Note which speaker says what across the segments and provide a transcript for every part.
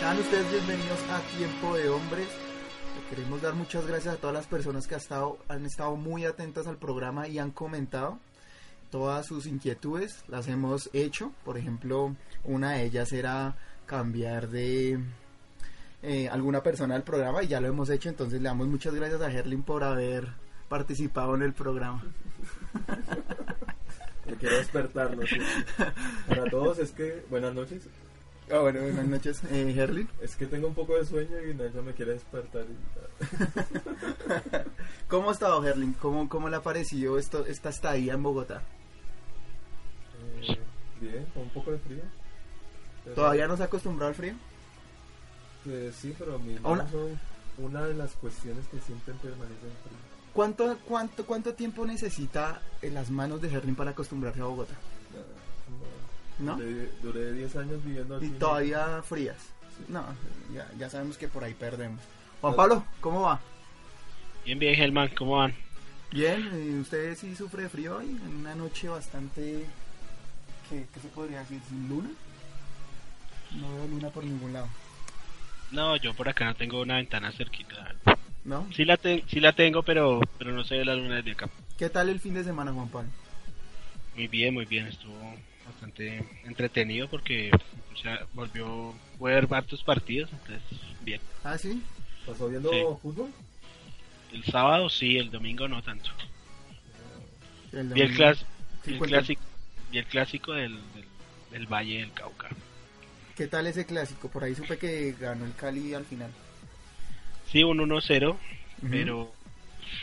Speaker 1: Sean ustedes bienvenidos a Tiempo de Hombres. Le queremos dar muchas gracias a todas las personas que ha estado- han estado muy atentas al programa y han comentado todas sus inquietudes. Las hemos hecho. Por ejemplo, una de ellas era cambiar de eh, alguna persona del programa y ya lo hemos hecho. Entonces le damos muchas gracias a Herlin por haber participado en el programa.
Speaker 2: Yo quiero despertarlos. ¿sí? Para todos es que, buenas noches.
Speaker 1: Ah, bueno, buenas noches, eh, Herlin.
Speaker 2: Es que tengo un poco de sueño y Nacho me quiere despertar. y-
Speaker 1: ¿Cómo ha estado Herlin? ¿Cómo, cómo le ha parecido esto, esta estadía en Bogotá?
Speaker 2: Eh, bien, con un poco de frío. Pero,
Speaker 1: ¿Todavía no se ha acostumbrado al frío?
Speaker 2: pues, sí, pero a mí no
Speaker 1: Hola.
Speaker 2: son una de las cuestiones que siempre permanecen frío.
Speaker 1: ¿Cuánto, cuánto, cuánto tiempo necesita en las manos de Herlin para acostumbrarse a Bogotá?
Speaker 2: No,
Speaker 1: ¿No?
Speaker 2: Duré- Duré 10 años viviendo aquí.
Speaker 1: Y
Speaker 2: ¿no?
Speaker 1: todavía frías. No, ya, ya sabemos que por ahí perdemos. Juan Pablo, ¿cómo va?
Speaker 3: Bien, bien, Germán, ¿cómo van?
Speaker 1: Bien, ¿y usted sí sufre de frío hoy, en una noche bastante... ¿Qué, qué se podría decir? ¿Sin luna? No veo luna por ningún lado.
Speaker 3: No, yo por acá no tengo una ventana cerquita.
Speaker 1: ¿No?
Speaker 3: Sí la, te- sí la tengo, pero, pero no se ve la luna desde acá.
Speaker 1: ¿Qué tal el fin de semana, Juan Pablo?
Speaker 3: Muy bien, muy bien, estuvo bastante entretenido porque se volvió a ver varios partidos, entonces bien.
Speaker 1: ¿Ah, sí?
Speaker 2: ¿Pasó viendo
Speaker 3: Sí.
Speaker 2: fútbol?
Speaker 3: El sábado sí, el domingo no tanto.
Speaker 1: El
Speaker 3: Y el,
Speaker 1: domingo.
Speaker 3: clas-
Speaker 1: Sí,
Speaker 3: el
Speaker 1: cuéntame.
Speaker 3: clásico, y el clásico del, del, del Valle del Cauca.
Speaker 1: ¿Qué tal ese clásico? Por ahí supe que ganó el Cali al final.
Speaker 3: Sí, un 1-0,
Speaker 1: Ujú.
Speaker 3: pero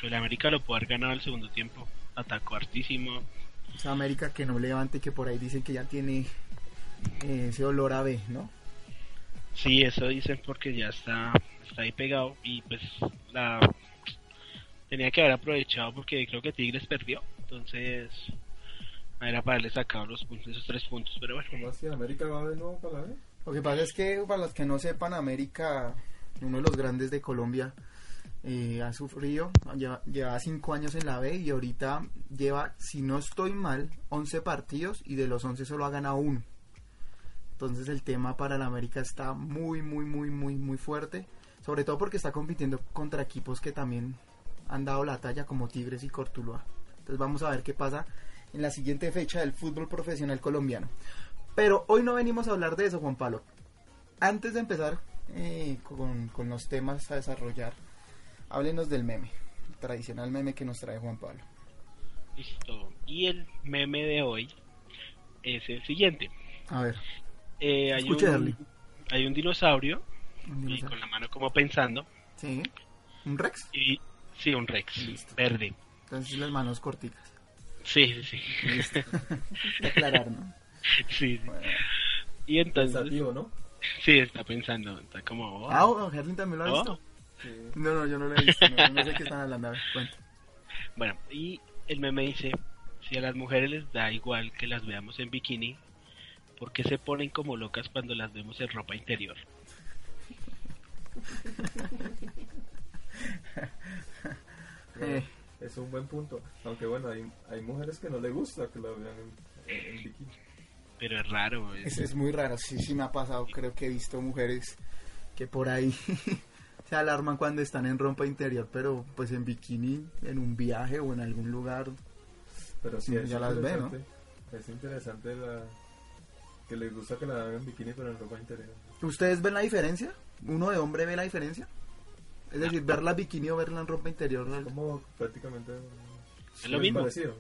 Speaker 3: el América lo pudo haber ganado el segundo tiempo. Atacó hartísimo.
Speaker 1: O sea, América que no levante, que por ahí dicen que ya tiene eh, ese olor a B, ¿no?
Speaker 3: Sí, eso dicen porque ya está, está ahí pegado y pues la tenía que haber aprovechado porque creo que Tigres perdió, entonces era para haberle sacado los puntos, esos tres puntos, pero
Speaker 2: ¿Cómo
Speaker 3: bueno,
Speaker 2: así? ¿América va de nuevo para la B?
Speaker 1: Lo que pasa es que, para los que no sepan, América, uno de los grandes de Colombia, eh, ha sufrido, lleva, lleva cinco años en la B y ahorita lleva, si no estoy mal, 11 partidos y de los 11 solo ha ganado uno. Entonces el tema para la América está muy, muy, muy, muy, muy fuerte. Sobre todo porque está compitiendo contra equipos que también han dado la talla como Tigres y Cortuluá. Entonces vamos a ver qué pasa en la siguiente fecha del fútbol profesional colombiano. Pero hoy no venimos a hablar de eso, Juan Pablo. Antes de empezar eh, con, con los temas a desarrollar, háblenos del meme, el tradicional meme que nos trae Juan Pablo.
Speaker 3: Listo. Y el meme de hoy es el siguiente.
Speaker 1: A ver.
Speaker 3: Eh, hay,
Speaker 1: Escucha, Charlie.
Speaker 3: un, hay un dinosaurio,
Speaker 1: Un
Speaker 3: y
Speaker 1: dinosaurio.
Speaker 3: con la mano como pensando
Speaker 1: Sí. ¿Un Rex?
Speaker 3: y sí, un rex
Speaker 1: Listo.
Speaker 3: verde.
Speaker 1: Entonces las manos corticas.
Speaker 3: Sí, sí, sí.
Speaker 1: Aclarar, ¿no?
Speaker 3: sí, sí.
Speaker 1: Bueno.
Speaker 3: Y entonces,
Speaker 2: Pensativo, ¿no?
Speaker 3: sí, está pensando, está como... oh,
Speaker 1: Ah, oh, Gerlin también lo ha
Speaker 3: oh.
Speaker 1: visto.
Speaker 2: Sí.
Speaker 1: No, no, yo no lo he visto. No, no sé qué están hablando. A ver, cuenta.
Speaker 3: Bueno, y el meme dice, si a las mujeres les da igual que las veamos en bikini, ¿por qué se ponen como locas cuando las vemos en ropa interior?
Speaker 2: Bueno,
Speaker 1: Eh.
Speaker 2: Es un buen punto. Aunque bueno, hay, hay mujeres que no le gusta que la vean en, en bikini.
Speaker 3: Pero es raro.
Speaker 1: Es,
Speaker 3: Es,
Speaker 1: es muy raro, sí, sí me ha pasado. Creo que he visto mujeres que por ahí se alarman cuando están en ropa interior, pero pues en bikini, en un viaje o en algún lugar.
Speaker 2: Pero sí,
Speaker 1: Ya
Speaker 2: es
Speaker 1: las ve, ¿no?
Speaker 2: interesante- Es interesante la... que les gusta que la vean en bikini pero en ropa interior.
Speaker 1: ¿Ustedes ven la diferencia? ¿Uno de hombre ve la diferencia? Es decir, verla bikini o verla en ropa interior,
Speaker 2: Como prácticamente...
Speaker 3: Es lo mismo.
Speaker 2: Parecido.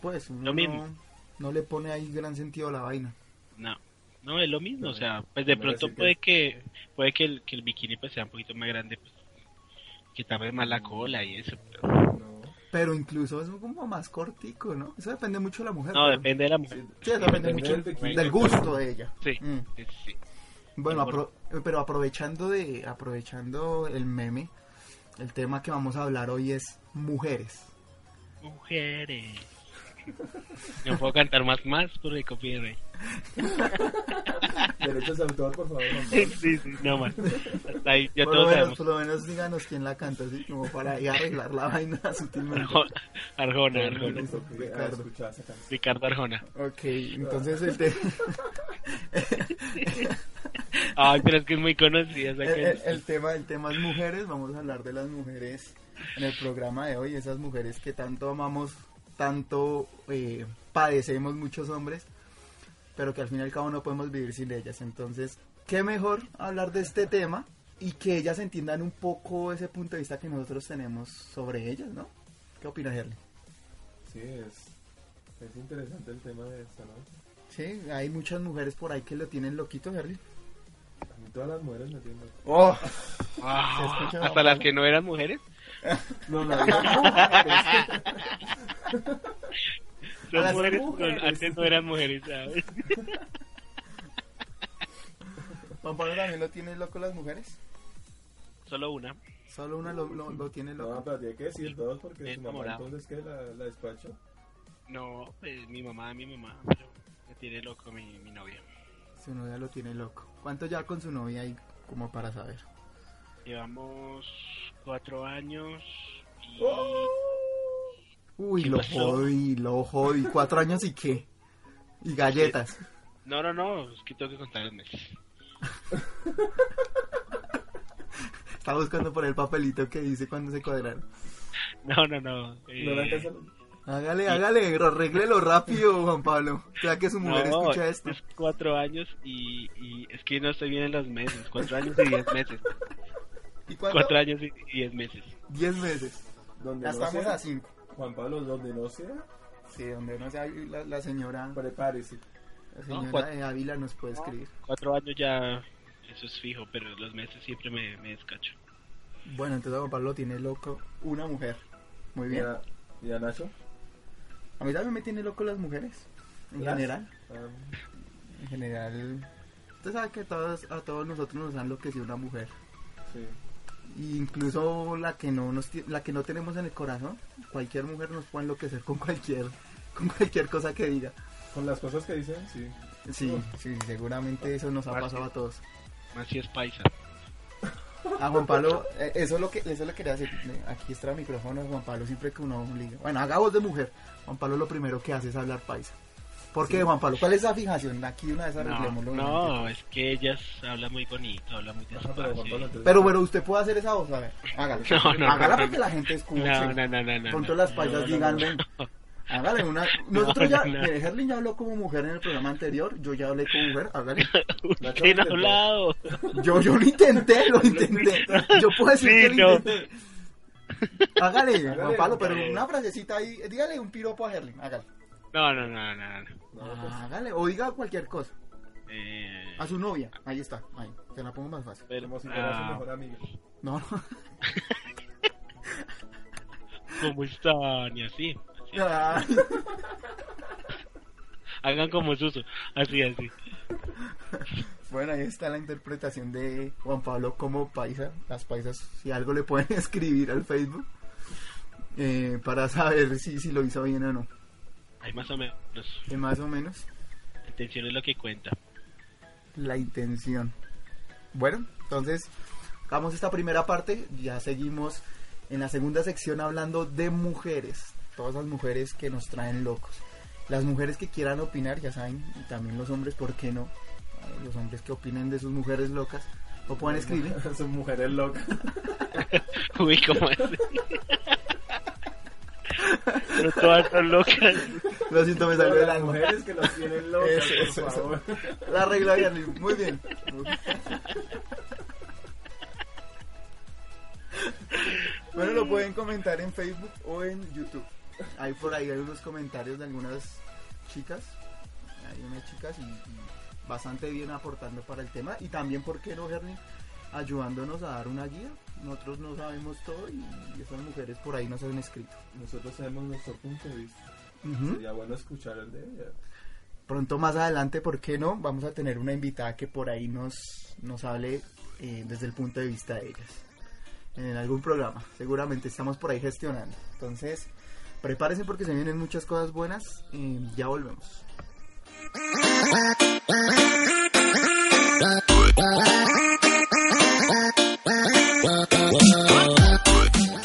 Speaker 1: pues uno
Speaker 3: Lo mismo.
Speaker 1: No, no le pone ahí gran sentido a la vaina.
Speaker 3: No, no es lo mismo. O sea, pues de
Speaker 2: Bueno,
Speaker 3: pronto
Speaker 2: sí que-
Speaker 3: puede que puede que el, que el bikini pues sea un poquito más grande, pues, que tape más la cola y eso. pero-
Speaker 2: No.
Speaker 1: Pero incluso es como más cortico, ¿no? Eso depende mucho de la mujer.
Speaker 3: no,
Speaker 1: pero-
Speaker 3: depende de la mujer.
Speaker 2: Sí,
Speaker 1: Sí, eso depende
Speaker 2: Depende
Speaker 1: mucho
Speaker 2: del bikini.
Speaker 1: del gusto de ella.
Speaker 3: Sí,
Speaker 1: Mm.
Speaker 3: sí, sí.
Speaker 1: Bueno,
Speaker 3: Y bueno.
Speaker 1: apro- pero aprovechando de aprovechando el meme, el tema que vamos a hablar hoy es mujeres.
Speaker 3: Mujeres. No puedo cantar más más porque copyright.
Speaker 2: Derechos de autor, por favor.
Speaker 3: Sí, sí, sí, no más. Hasta ahí ya
Speaker 1: por, lo
Speaker 3: todos
Speaker 1: menos,
Speaker 3: sabemos.
Speaker 1: por lo menos díganos quién la canta, así como para ahí arreglar la vaina sutilmente.
Speaker 3: Arjona, Arjona,
Speaker 2: Arjona.
Speaker 3: Arjona.
Speaker 2: A escuchar esa canción.
Speaker 3: Ricardo Arjona.
Speaker 1: Ok, entonces el, te-
Speaker 3: Ay, pero es que es muy conocida esa
Speaker 1: el, el-
Speaker 3: canción.
Speaker 1: el tema, el tema es mujeres, vamos a hablar de las mujeres en el programa de hoy, esas mujeres que tanto amamos, tanto eh, padecemos muchos hombres, pero que al fin y al cabo no podemos vivir sin ellas. Entonces, qué mejor hablar de este tema y que ellas entiendan un poco ese punto de vista que nosotros tenemos sobre ellas, ¿no? ¿Qué opinas, Herley?
Speaker 2: Sí, es, es interesante el tema de esta noche.
Speaker 1: Sí, hay muchas mujeres por ahí que lo tienen loquito, Herley.
Speaker 2: A mí todas las mujeres me tienen...
Speaker 1: ¡Oh!
Speaker 3: Ah,
Speaker 1: se escucha
Speaker 3: hasta
Speaker 1: bastante.
Speaker 3: las que no eran mujeres.
Speaker 2: No, no, no.
Speaker 3: Son
Speaker 1: las
Speaker 3: mujeres,
Speaker 1: mujeres.
Speaker 3: no, antes no eran mujeres, ¿sabes?
Speaker 1: Juan Pablo también lo tiene loco las mujeres.
Speaker 3: Solo una.
Speaker 1: Solo una lo, lo- lo tiene loco.
Speaker 2: No, pero tiene que decir dos porque
Speaker 3: Estoy
Speaker 2: su mamá
Speaker 3: enamorado.
Speaker 2: entonces que la, la despacha.
Speaker 3: No, pues mi mamá, mi mamá. pero Me tiene loco mi, mi novia.
Speaker 1: Su novia lo tiene loco. ¿Cuánto lleva con su novia ahí como para saber?
Speaker 3: Llevamos cuatro años y
Speaker 1: Uy,
Speaker 3: ¿Qué
Speaker 1: lo
Speaker 3: pasó?
Speaker 1: jodí, lo jodí. ¿Cuatro años y qué? Y galletas.
Speaker 3: No, no, no, es que tengo que contar el mes.
Speaker 1: Está buscando por el papelito que dice cuando se cuadraron.
Speaker 3: No, no, no. eh,
Speaker 2: No la alcanzan.
Speaker 1: Hágale, hágale, arréglelo rápido, Juan Pablo. Ya que su mujer
Speaker 3: no,
Speaker 1: escucha esto.
Speaker 3: Es cuatro años y, y es que no estoy bien en los meses. Cuatro años y diez meses.
Speaker 1: ¿Y cuánto?
Speaker 3: Cuatro años y y diez meses.
Speaker 1: Diez meses.
Speaker 2: Donde
Speaker 1: Ya
Speaker 2: no
Speaker 1: estamos
Speaker 2: sea,
Speaker 1: a cinco.
Speaker 2: Juan Pablo, donde no sea,
Speaker 1: Sí, donde no sea la, la señora,
Speaker 2: prepárese.
Speaker 1: la señora
Speaker 3: cuatro.
Speaker 1: de Ávila nos puede escribir.
Speaker 3: Cuatro años ya, eso es fijo, pero los meses siempre me, me descacho.
Speaker 1: Bueno, entonces Juan Pablo tiene loco una mujer. Muy
Speaker 2: ¿Y
Speaker 1: bien.
Speaker 2: a, y a Nacho?
Speaker 1: A mí también me tiene loco las mujeres. En
Speaker 2: Las-
Speaker 1: general.
Speaker 2: Ah,
Speaker 1: En general. Usted sabe que a todos, a todos nosotros nos han enloquecido una mujer.
Speaker 2: sí.
Speaker 1: Y incluso la que no nos ti- la que no tenemos en el corazón, cualquier mujer nos puede enloquecer con cualquier, con cualquier cosa que diga.
Speaker 2: Con las cosas que dicen, sí.
Speaker 1: Sí, sí, seguramente eso nos ha
Speaker 3: Martín.
Speaker 1: pasado a todos.
Speaker 3: Más si es paisa.
Speaker 1: A Juan Pablo, eh, eso es lo que, eso le quería decir. eh, Aquí está el micrófono de Juan Pablo siempre que uno le diga. Bueno, haga voz de mujer. Juan Pablo lo primero que hace es hablar paisa. ¿Por qué, Juan Pablo? ¿Cuál es la fijación? Aquí una vez
Speaker 3: No,
Speaker 1: arreglémoslo.
Speaker 3: no, es que ellas hablan muy bonito, hablan muy
Speaker 2: Ajá, pero Juan Pablo,
Speaker 3: despacio.
Speaker 2: entonces-
Speaker 1: Pero bueno, usted puede hacer esa voz, a ver, hágale.
Speaker 3: No, no,
Speaker 1: hágala
Speaker 3: no,
Speaker 1: para que la gente escuche.
Speaker 3: No, no, no, no, no.
Speaker 1: Con
Speaker 3: no.
Speaker 1: todas las paisas díganle. Hágale una. Nosotros
Speaker 3: No,
Speaker 1: ya.
Speaker 3: no, no.
Speaker 1: mire, Herlin ya habló como mujer en el programa anterior. Yo ya hablé como mujer. Hágale.
Speaker 3: Usted no ha hablado.
Speaker 1: Yo, yo lo intenté, lo intenté. Yo puedo decir
Speaker 3: Sí,
Speaker 1: que lo
Speaker 3: no.
Speaker 1: intenté. Hágale, Juan
Speaker 2: Hágale,
Speaker 1: Pablo, pero
Speaker 2: hágale.
Speaker 1: una frasecita ahí. Dígale un piropo a Herlin. Hágale. Ah,
Speaker 3: No, no, no, no. no. pues.
Speaker 1: Hágale. O diga cualquier cosa.
Speaker 3: Eh,
Speaker 1: A su novia. Ahí está. Ahí. Te la pongo más fácil.
Speaker 3: pero,
Speaker 2: Como si fuera su
Speaker 3: ah,
Speaker 2: mejor amigo.
Speaker 1: No, no.
Speaker 3: ¿Cómo están? Y así. así.
Speaker 1: Ay,
Speaker 3: Hagan como Suso. Así, así.
Speaker 1: Bueno, ahí está la interpretación de Juan Pablo como paisa. Las paisas, si algo le pueden escribir al Facebook eh, para saber si, si lo hizo bien o no.
Speaker 3: Hay más o menos.
Speaker 1: Que más o menos
Speaker 3: La intención es lo que cuenta.
Speaker 1: la intención. Bueno, entonces, vamos a esta primera parte. Ya seguimos en la segunda sección hablando de mujeres. Todas las mujeres que nos traen locos. Las mujeres que quieran opinar, ya saben, y también los hombres, ¿por qué no? Eh, Los hombres que opinen de sus mujeres locas, lo pueden escribir.
Speaker 2: Son mujeres locas.
Speaker 3: Uy, ¿cómo así? Pero todas son locas.
Speaker 1: Lo siento, me salió del
Speaker 2: Las
Speaker 1: alma.
Speaker 2: mujeres que los tienen locas,
Speaker 1: Eso, eso,
Speaker 2: por
Speaker 1: eso.
Speaker 2: favor.
Speaker 1: La regla de Arlene. Muy bien. Bueno, lo pueden comentar en Facebook o en YouTube. Hay por ahí algunos comentarios de algunas chicas. Hay unas chicas y, y bastante bien aportando para el tema. Y también, ¿por qué no, Gerny? Ayudándonos a dar una guía. Nosotros no sabemos todo y esas mujeres por ahí nos han escrito.
Speaker 2: Nosotros sabemos nuestro punto de vista.
Speaker 1: Ujú.
Speaker 2: Sería bueno escuchar el de ella.
Speaker 1: pronto más adelante, ¿por qué no? Vamos a tener una invitada que por ahí nos, nos hable eh, desde el punto de vista de ellas. En algún programa, seguramente estamos por ahí gestionando. Entonces, prepárense porque se vienen muchas cosas buenas y ya volvemos.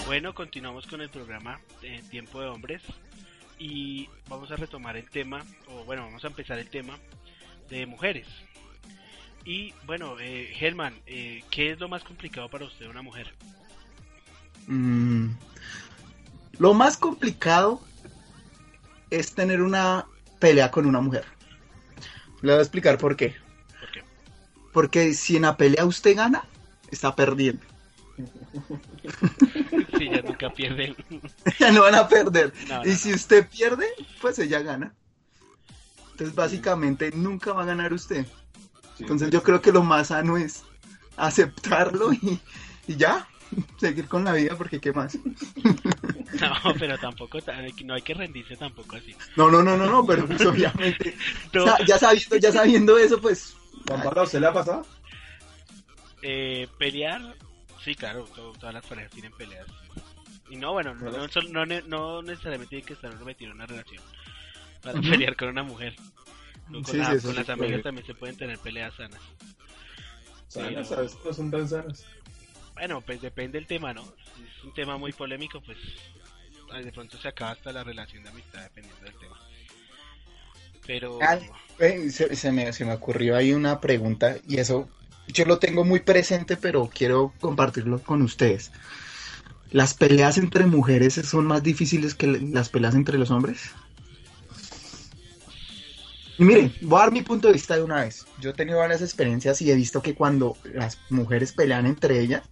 Speaker 3: Bueno, continuamos con el programa eh, Tiempo de Hombres y vamos a retomar el tema, o bueno, vamos a empezar el tema de mujeres. Y bueno, eh, Germán, eh, ¿qué es lo más complicado para usted de una mujer?
Speaker 1: Mm, Lo más complicado es tener una pelea con una mujer. Le voy a explicar por qué.
Speaker 3: ¿Por qué?
Speaker 1: Porque si en la pelea usted gana, está perdiendo.
Speaker 3: Si ella nunca pierde.
Speaker 1: ya no van a perder.
Speaker 3: No, no,
Speaker 1: y si usted pierde, pues ella gana. Entonces básicamente nunca va a ganar usted. Entonces yo creo que lo más sano es aceptarlo y, y ya, seguir con la vida porque qué más.
Speaker 3: No, pero tampoco, ta- no hay que rendirse tampoco así.
Speaker 1: No, no, no, no, no, pero pues obviamente.
Speaker 3: No,
Speaker 1: o sea, ya sabiendo, ya sabiendo eso, pues
Speaker 2: Juan Pablo, ¿se le ha pasado?
Speaker 3: eh, pelear, sí, claro, to- todas las parejas tienen peleas. Y no, bueno, no, no, sol- no ne- no necesariamente tiene que estar metido en una relación para
Speaker 1: Ujú.
Speaker 3: pelear con una mujer. No, con
Speaker 1: Sí,
Speaker 3: la-
Speaker 1: sí, eso
Speaker 3: con
Speaker 1: sí
Speaker 3: las
Speaker 1: puede.
Speaker 3: amigas también se pueden tener peleas sanas.
Speaker 2: Sanas,
Speaker 3: Sí, no.
Speaker 2: a veces no Pues son tan sanas.
Speaker 3: Bueno, pues depende del tema, ¿no? Si es un tema muy polémico, pues ay, de pronto se acaba hasta la relación de amistad, dependiendo del tema. Pero...
Speaker 1: Ay. Eh, se, se me, se me ocurrió ahí una pregunta y eso yo lo tengo muy presente, pero quiero compartirlo con ustedes. ¿Las peleas entre mujeres son más difíciles que le- las peleas entre los hombres? Y miren, voy a dar mi punto de vista de una vez. Yo he tenido varias experiencias y he visto que cuando las mujeres pelean entre ellas,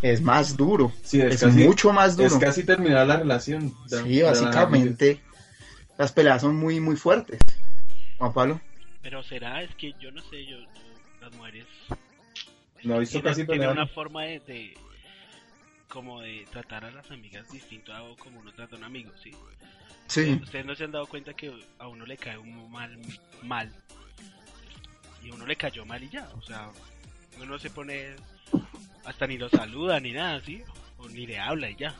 Speaker 1: es más duro.
Speaker 2: Sí,
Speaker 1: Es, mucho más duro.
Speaker 2: Es casi terminar la relación. Ya,
Speaker 1: Sí,
Speaker 2: ya la-
Speaker 1: básicamente las peleas son muy, muy fuertes. Juan Pablo.
Speaker 3: Pero será, es que yo no sé, yo, yo- las mujeres
Speaker 2: No he visto
Speaker 3: tienen,
Speaker 2: casi
Speaker 3: tienen
Speaker 2: pelear.
Speaker 3: una forma de, de- como de tratar a las amigas distinto a como uno trata a un amigo, ¿sí?
Speaker 1: Sí.
Speaker 3: Ustedes no se han dado cuenta que a uno le cae un mal mal y a uno le cayó mal y ya, o sea, uno no se pone hasta ni lo saluda ni nada, ¿sí? O ni le habla y ya.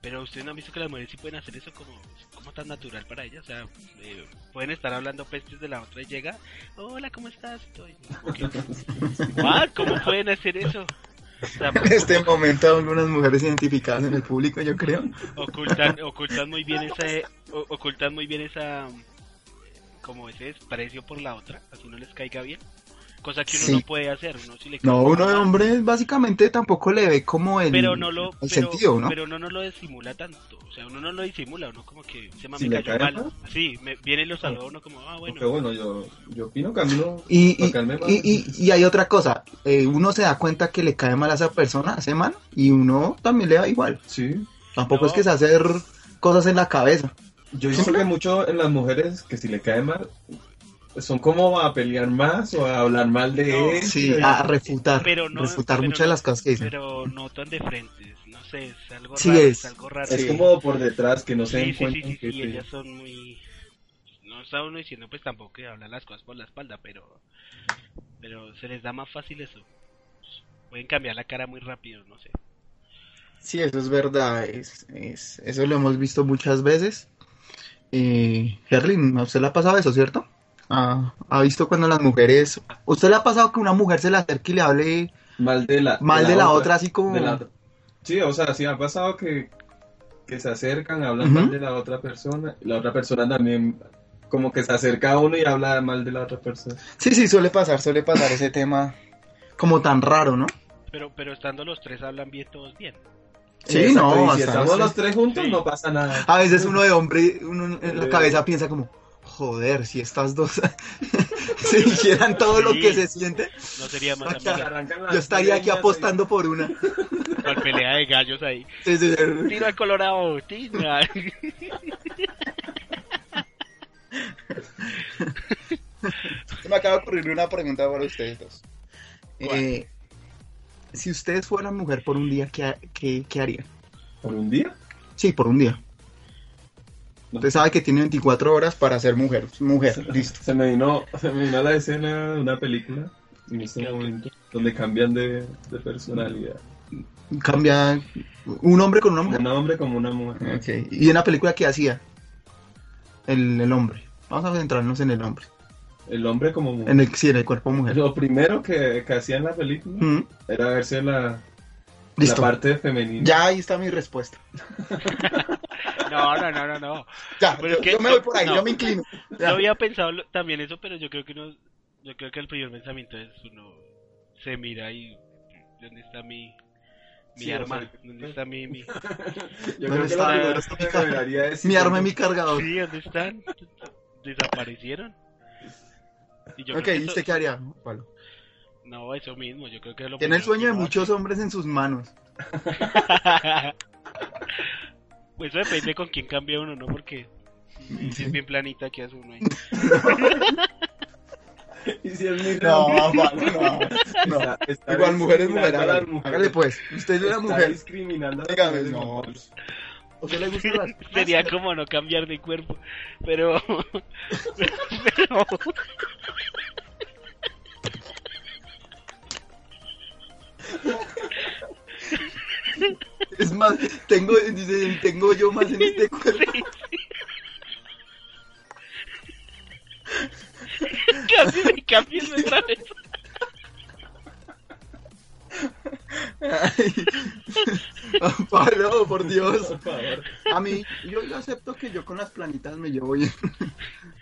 Speaker 3: Pero ustedes no han visto que las mujeres sí pueden hacer eso como, como tan natural para ellas. O sea, eh, pueden estar hablando pestes de la otra y llega, hola, ¿cómo estás? Y todo, y como que, "What? ¿Cómo pueden hacer eso? O sea,
Speaker 1: En este momento algunas mujeres identificadas en el público, yo creo.
Speaker 3: ocultan, ocultan muy bien esa, o- ocultan muy bien esa, como ese desprecio por la otra, así no les caiga bien. Cosa que uno
Speaker 1: Sí.
Speaker 3: no puede hacer, uno si le
Speaker 1: No,
Speaker 3: cae
Speaker 1: uno de
Speaker 3: mal,
Speaker 1: hombres básicamente tampoco le ve como el,
Speaker 3: pero no lo
Speaker 1: el
Speaker 3: pero,
Speaker 1: sentido, ¿no?
Speaker 3: pero uno no lo disimula tanto o sea uno no lo disimula uno como que se me
Speaker 2: Si le
Speaker 3: cayó
Speaker 2: cae
Speaker 3: mal
Speaker 2: mal.
Speaker 3: sí me, viene y lo saluda uno como ah
Speaker 2: Porque
Speaker 3: bueno
Speaker 2: bueno, yo, yo opino que a mí no-
Speaker 1: Y,
Speaker 2: para
Speaker 1: y,
Speaker 2: caerme mal.
Speaker 1: y- y- y hay otra cosa, eh, uno se da cuenta que le cae mal a esa persona, a ese man, y uno también le da igual.
Speaker 2: Sí.
Speaker 1: Tampoco
Speaker 3: No.
Speaker 1: es que se hacer cosas en la cabeza.
Speaker 2: Yo digo que mucho en las mujeres que si le cae mal son como a pelear más o a hablar mal de
Speaker 3: No,
Speaker 2: él.
Speaker 1: Sí,
Speaker 2: Eh,
Speaker 1: a refutar,
Speaker 3: pero no-
Speaker 1: refutar
Speaker 3: pero
Speaker 1: muchas de
Speaker 3: no-
Speaker 1: las cosas que dicen.
Speaker 3: pero no tan de frente no sé es algo
Speaker 1: Sí
Speaker 3: raro
Speaker 1: es.
Speaker 3: algo raro
Speaker 2: Es como por detrás que no se
Speaker 3: sí sí sí,
Speaker 2: encuentran
Speaker 3: sí,
Speaker 2: que
Speaker 3: sí,
Speaker 2: te-
Speaker 3: ellas son muy no está uno diciendo pues tampoco que hablan las cosas por la espalda pero pero se les da más fácil eso pueden cambiar la cara muy rápido no sé
Speaker 1: Sí, eso es verdad, es, es- eso lo hemos visto muchas veces. Eh, Herlin, ¿a usted le ha pasado eso, cierto? Ah, ¿ha visto cuando las mujeres... ¿Usted le ha pasado que una mujer se le acerque y le hable
Speaker 2: mal de la
Speaker 1: mal de la, otra, uh. así como...
Speaker 2: de la otra. Sí, o sea, sí ha pasado que, que se acercan, hablan
Speaker 1: Ujú.
Speaker 2: mal de la otra persona y la otra persona también como que se acerca a uno y habla mal de la otra persona.
Speaker 1: Sí, sí, suele pasar, suele pasar ese tema como tan raro, ¿no?
Speaker 3: pero pero estando los tres hablan bien todos bien
Speaker 1: Sí,
Speaker 2: exacto,
Speaker 1: no,
Speaker 2: y si
Speaker 1: hasta
Speaker 2: estamos
Speaker 1: veces-
Speaker 2: los tres juntos
Speaker 3: Sí.
Speaker 2: no pasa nada.
Speaker 1: A veces uno de hombre, uno en
Speaker 2: Eh.
Speaker 1: la cabeza piensa como, joder, si estas dos se dijeran todo lo que se siente,
Speaker 3: no sería más
Speaker 1: Acá.
Speaker 3: amiga
Speaker 2: Arrancan las
Speaker 1: Ah, yo estaría aquí
Speaker 2: greñas,
Speaker 1: apostando por una.
Speaker 3: con pelea de gallos ahí
Speaker 1: Sí, sí, sí.
Speaker 3: Tiro al Colorado, tira.
Speaker 1: Se me acaba de ocurrir una pregunta para ustedes dos.
Speaker 3: ¿Cuál?
Speaker 1: Eh, si ustedes fueran mujer por un día, ¿qué, ha- qué, qué harían?
Speaker 2: ¿Por un día?
Speaker 1: Sí, por un día. Usted sabe que tiene 24 horas para ser mujer. Mujer, listo.
Speaker 2: Se me vino, se me vino la escena de una película en este momento donde cambian de, de personalidad.
Speaker 1: Cambia un hombre con una
Speaker 2: Como
Speaker 1: mujer.
Speaker 2: un hombre como una mujer.
Speaker 1: Ok, ¿Y en la película qué hacía? El, el hombre. Vamos a centrarnos en el hombre.
Speaker 2: El hombre como mujer.
Speaker 1: En el, sí, en el cuerpo mujer.
Speaker 2: Lo primero que, que hacía en la película
Speaker 1: Mm,
Speaker 2: era verse la, la
Speaker 1: Listo.
Speaker 2: parte femenina.
Speaker 1: Ya ahí está mi respuesta.
Speaker 3: No, no, no, no, no.
Speaker 1: Ya,
Speaker 3: Pero
Speaker 1: yo,
Speaker 3: es que-
Speaker 1: yo me voy por ahí,
Speaker 3: no.
Speaker 1: yo me inclino.
Speaker 3: Yo
Speaker 1: Ya.
Speaker 3: había pensado lo- también eso, pero yo creo que uno, yo creo que el primer pensamiento es uno se mira y dónde está mi mi
Speaker 2: Sí, o
Speaker 3: arma,
Speaker 2: sea, pues,
Speaker 3: dónde está mi, mi...
Speaker 2: Yo
Speaker 1: Bueno,
Speaker 2: creo que
Speaker 1: está-
Speaker 2: lo primero que me debería es
Speaker 1: Mi arma y mi cargador.
Speaker 3: sí, dónde están, desaparecieron. Y yo
Speaker 1: ok,
Speaker 3: creo que
Speaker 1: ¿y
Speaker 3: eso-
Speaker 1: usted qué haría, Pablo?
Speaker 3: no eso mismo, yo creo que es lo
Speaker 1: Tiene el
Speaker 3: primero
Speaker 1: sueño de
Speaker 3: que uno
Speaker 1: muchos hombres en sus manos.
Speaker 3: hace. pues eso depende con quién cambia uno, ¿no? Porque si es bien planita que hace uno ahí.
Speaker 2: Y si es mi
Speaker 1: Pablo, no.
Speaker 2: Está- está
Speaker 1: Igual, mujer es mujer.
Speaker 2: discriminando a las
Speaker 1: Hágale,
Speaker 2: mujeres.
Speaker 1: hágale, pues. Usted es una
Speaker 2: Está
Speaker 1: mujer.
Speaker 2: discriminando a las
Speaker 1: Dígame,
Speaker 2: mujeres,
Speaker 1: no.
Speaker 2: Juan Pablo.
Speaker 1: ¿A usted le gusta las...
Speaker 3: Sería como no cambiar de cuerpo, pero... pero...
Speaker 1: Es más, tengo, dice, tengo yo más en este cuerpo.
Speaker 3: Cámbienme, cámbienme otra vez.
Speaker 1: Ay, Pablo, por Dios.
Speaker 2: Por favor.
Speaker 1: A mí, yo, yo acepto que yo con las planitas me llevo bien.